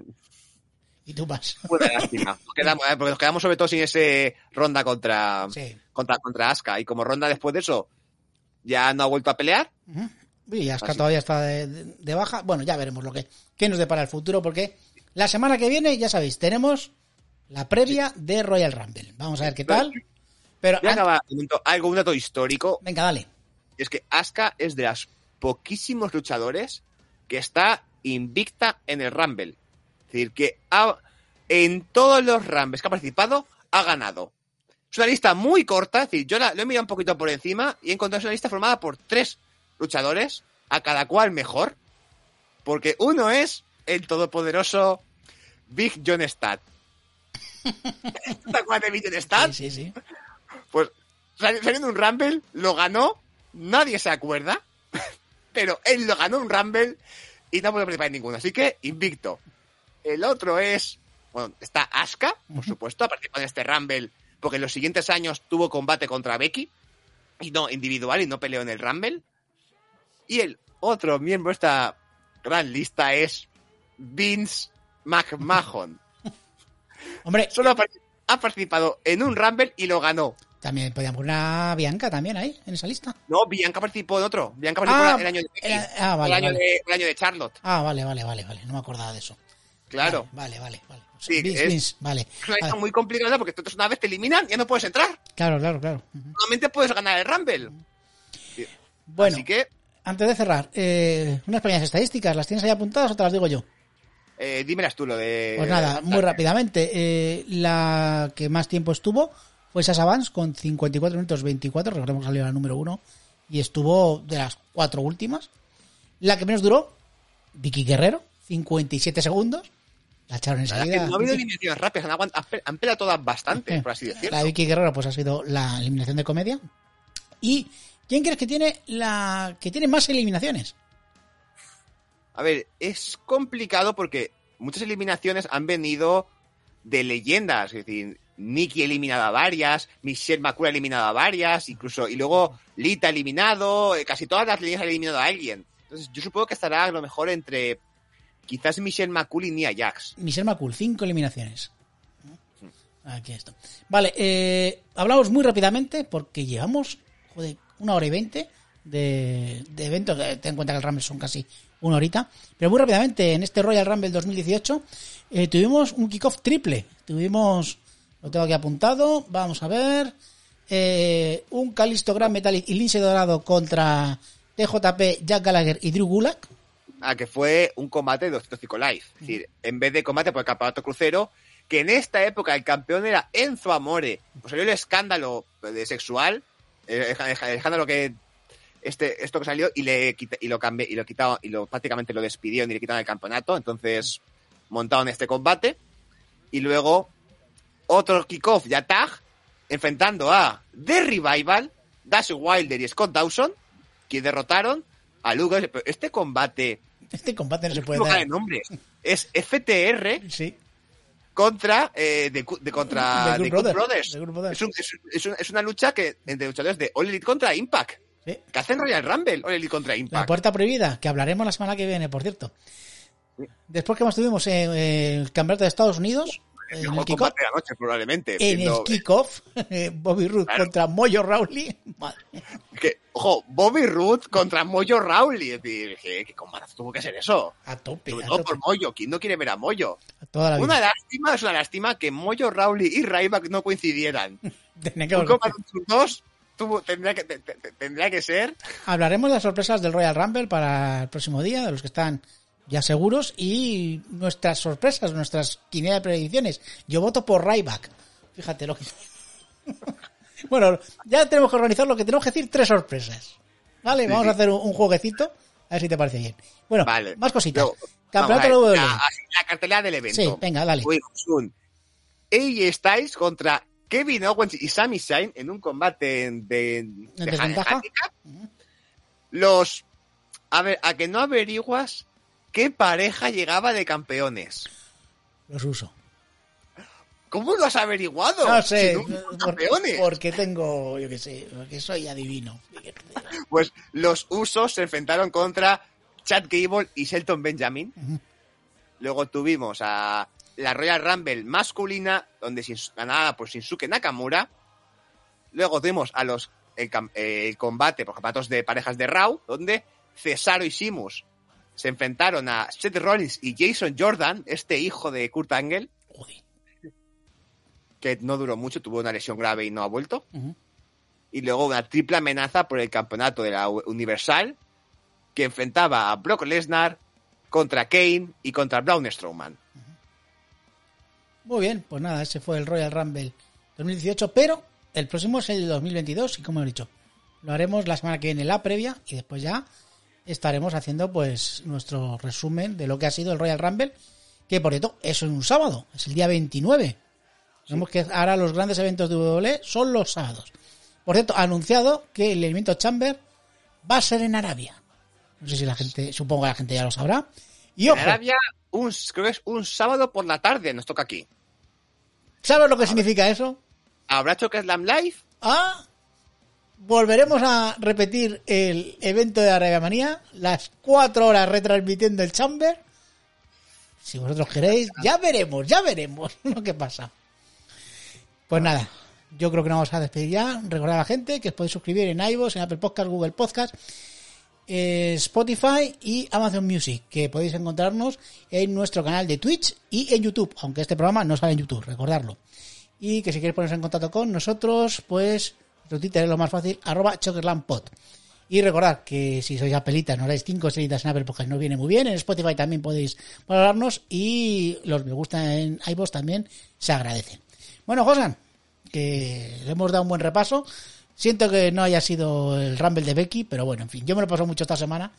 Y tú vas.
fue una lástima. Nos quedamos, eh, porque nos quedamos sobre todo sin ese Ronda contra,
Sí.
contra, contra Asuka. Y como Ronda después de eso ya no ha vuelto a pelear,
Ujú. Y Asuka
Así.
todavía está de, de- de baja. Bueno, ya veremos lo que, qué nos depara el futuro porque la semana que viene, ya sabéis, tenemos la previa de Royal Rumble. Vamos a ver qué tal. Pero...
ya
an-
acaba algo, un dato histórico
Venga, dale.
Y es que Asuka es de los poquísimos luchadores que está invicta en el Rumble. Es decir, que ha- en todos los Rumbles que ha participado, ha ganado. Es una lista muy corta, es decir, yo la, lo he mirado un poquito por encima y he encontrado es una lista formada por tres luchadores, a cada cual mejor, porque uno es el todopoderoso Big John Stat. ¿Te acuerdas de Big John Stat?
Sí, sí, sí.
Pues sal- saliendo un Rumble, lo ganó, nadie se acuerda, pero él lo ganó un Rumble y no puede participar en ninguno, así que invicto. El otro es, bueno, está Asuka, por supuesto, ha participado en este Rumble, porque en los siguientes años tuvo combate contra Becky, y no individual, y no peleó en el Rumble. Y el otro miembro de esta gran lista es Vince McMahon.
Hombre,
Solo ha par- ha participado en un Rumble y lo ganó.
También podíamos poner a Bianca también ahí, en esa lista.
No, Bianca participó en otro. Bianca participó
Ah,
el año de Becky.
era- ah, vale,
el, año
vale.
de, el año de Charlotte,
Ah, vale, vale, vale, vale. No me acordaba de eso.
claro.
Vale, vale, vale. vale.
Sí,
Vince,
es-
Vince, vale.
Es una lista
Ah, Vale.
muy complicada porque tú entonces una vez te eliminan, ya no puedes entrar.
Claro, claro, claro. Ujú.
Solamente puedes ganar el Rumble.
Bueno,
Así que,
antes de cerrar, eh, unas pequeñas estadísticas. ¿Las tienes ahí apuntadas o te las digo yo?
eh, dímelas tú lo de...
Pues nada, muy rápidamente. eh, la que más tiempo estuvo fue Sasha Vance con 54 minutos 24. Recordemos que salió la número uno y estuvo de las cuatro últimas. La que menos duró, Vicky Guerrero, 57 segundos. La
La
echaron
verdad
enseguida.
es que no ha habido eliminaciones rápidas, han, aguant- han pe- han peleado todas bastante, por así decirlo.
Eh, La de Vicky Guerrero pues ha sido la eliminación de comedia. ¿Y quién crees que tiene la que tiene más eliminaciones?
A ver, es complicado porque muchas eliminaciones han venido de leyendas. Es decir, Nikki eliminada a varias, Michelle Makura eliminada a varias, incluso, y luego Lita eliminado, eh, casi todas las líneas han eliminado a alguien. Entonces, yo supongo que estará a lo mejor entre quizás Michelle Makura y Nia Jax.
Michelle Macul, cinco eliminaciones. Aquí está. Vale, eh, hablamos muy rápidamente porque llevamos, joder, una hora y veinte de, de evento. que Ten en cuenta que el Rumble son casi una horita. Pero muy rápidamente, en este Royal Rumble 2018 eh, tuvimos un kickoff triple. Tuvimos, lo tengo aquí apuntado, vamos a ver, eh, un Calisto Gran Metallic y Lince Dorado contra TJP, Jack Gallagher y Drew Gulak.
a que fue un combate de 205 Live. Es decir, en vez de combate por el campeonato crucero, que en esta época el campeón era Enzo Amore. Pues salió el escándalo de sexual, el, el- el escándalo que este, esto que salió y le quita- y lo cambié, y lo quitaron y lo prácticamente lo despidieron y le quitaron el campeonato. Entonces montaron este combate y luego otro kickoff ya tag enfrentando a The Revival, Dash Wilder y Scott Dawson, que derrotaron a Lucas. Pero Este combate
Este combate no se puede
no
dar.
cae nombre. Es FTR
Sí.
contra eh, de, cu- de contra The
The Good
Good
Brothers.
Brothers.
The Good
Es,
Brothers.
un- es un- es un- es una lucha que entre luchadores de All Elite contra Impact.
sí.
Que hacen Royal Rumble, All Elite contra
La
Impact.
puerta prohibida, que hablaremos la semana que viene, por cierto. Después que más tuvimos eh, eh, el campeonato de Estados Unidos,
el
en el
mejor
kickoff,
combate de la noche, probablemente.
en el
siendo-
kickoff, eh, Bobby Roode
Claro.
contra Moyo Rawley. Madre mía.
que, ojo, Bobby Roode contra Moyo Rawley. Es decir, que, que combatazo tuvo que ser eso.
A tope,
Sobre
a
todo
tope.
por Moyo. ¿Quién no quiere ver a Moyo?
A toda la
Una
vida.
lástima, es una lástima que Moyo Rawley y Ryback no coincidieran.
Tenía que
Un
volver.
combate entre los dos tuvo- tendría, que, te- te- tendría que ser
Hablaremos de las sorpresas del Royal Rumble para el próximo día, de los que están ya seguros, y nuestras sorpresas, nuestras quiniela de predicciones. Yo voto por Ryback. Fíjate lo que... bueno, ya tenemos que organizar lo que tenemos que decir, tres sorpresas. Vale,
Sí,
vamos a
sí.
hacer un, un jueguecito, a ver si te parece bien. Bueno,
Vale.
más cositas.
Luego,
Campeonato
vamos a
WWE.
ver, La, así, la cartelera del evento.
Sí, venga, dale.
Tuvimos un AJ Styles contra Kevin Owens y Sami Zayn en un combate en- de, de
desventaja?
handicap. Los... A ver, a que no averiguas qué pareja llegaba de campeones.
Los uso.
¿Cómo lo has averiguado?
No sé,
Si nunca son
por-
campeones.
porque tengo, yo qué sé, porque soy adivino.
Pues los usos se enfrentaron contra Chad Gable y Shelton Benjamin. Luego tuvimos a la Royal Rumble masculina, donde Shins- ganada por Shinsuke Nakamura. Luego tuvimos a los el, cam- eh, el combate por campeonatos de parejas de Raw, donde Cesaro y Simus se enfrentaron a Seth Rollins y Jason Jordan, este hijo de Kurt Angle,
Joder.
que no duró mucho, tuvo una lesión grave y no ha vuelto.
Ujú.
y luego una triple amenaza por el campeonato de la U- Universal que enfrentaba a Brock Lesnar contra Kane y contra Braun Strowman.
Muy bien, pues nada, ese fue el Royal Rumble 2018, pero el próximo es el 2022 y como he dicho, lo haremos la semana que viene la previa y después ya estaremos haciendo pues nuestro resumen de lo que ha sido el Royal Rumble, que por cierto eso es un sábado, es el día 29. Vemos que ahora los grandes eventos de WWE son los sábados. Por cierto, ha anunciado que el evento Chamber va a ser en Arabia. No sé si la gente, supongo que la gente ya lo sabrá. Y ojo,
En Arabia, un, creo que es un sábado por la tarde, nos toca aquí.
¿sabes lo que significa eso?
¿Habrá Choque Slam Live?
Ah, Volveremos a repetir el evento de Arabia Manía, las cuatro horas retransmitiendo el Chamber. Si vosotros queréis, ya veremos, ya veremos lo que pasa. Pues nada, yo creo que nos vamos a despedir ya. Recordad a la gente que os podéis suscribir en iVoox, en Apple Podcast, Google Podcast, eh, Spotify y Amazon Music, que podéis encontrarnos en nuestro canal de Twitch y en YouTube, aunque este programa no sale en YouTube, recordarlo y que si quieres ponerse en contacto con nosotros, pues nuestro Twitter es lo más fácil, arroba chokerlandpod. Y recordad que si sois apelitas, nos dais 5 estrellitas en Apple Podcast, nos viene muy bien. En Spotify también podéis valorarnos y los me gusta en iVoox también se agradecen. Bueno, Josan, que le hemos dado un buen repaso. Siento que no haya sido el Rumble de Becky, pero bueno, en fin, yo me lo he pasado mucho esta semana.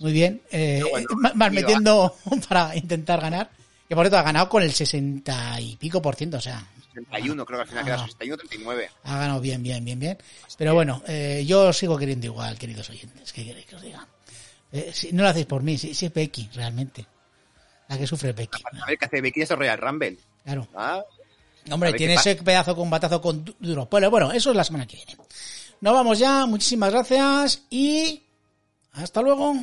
Muy bien. eh,
bueno,
ma- más
tío,
metiendo para intentar ganar. Que por cierto ha ganado con el 60 y pico por ciento, o sea,
61, creo que al final
Ah.
queda 61, 39.
ha ganado bien, bien, bien, bien. Pero bueno, eh, yo os sigo queriendo igual, queridos oyentes. ¿Qué queréis que os diga? Eh, si, no lo hacéis por mí, si, si es Becky, realmente. La que sufre es Becky.
A ver qué hace Becky en ese Royal Rumble.
Claro.
Ah,
Hombre,
A ver
tiene
qué
ese pedazo con batazo con du- duro. Bueno, bueno, eso es la semana que viene. Nos vamos ya, muchísimas gracias y hasta luego.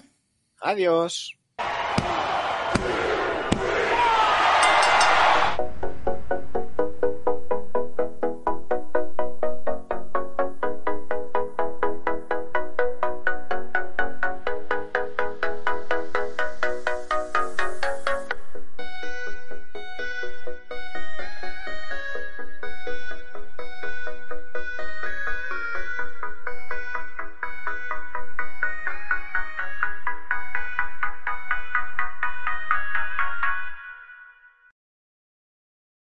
Adiós.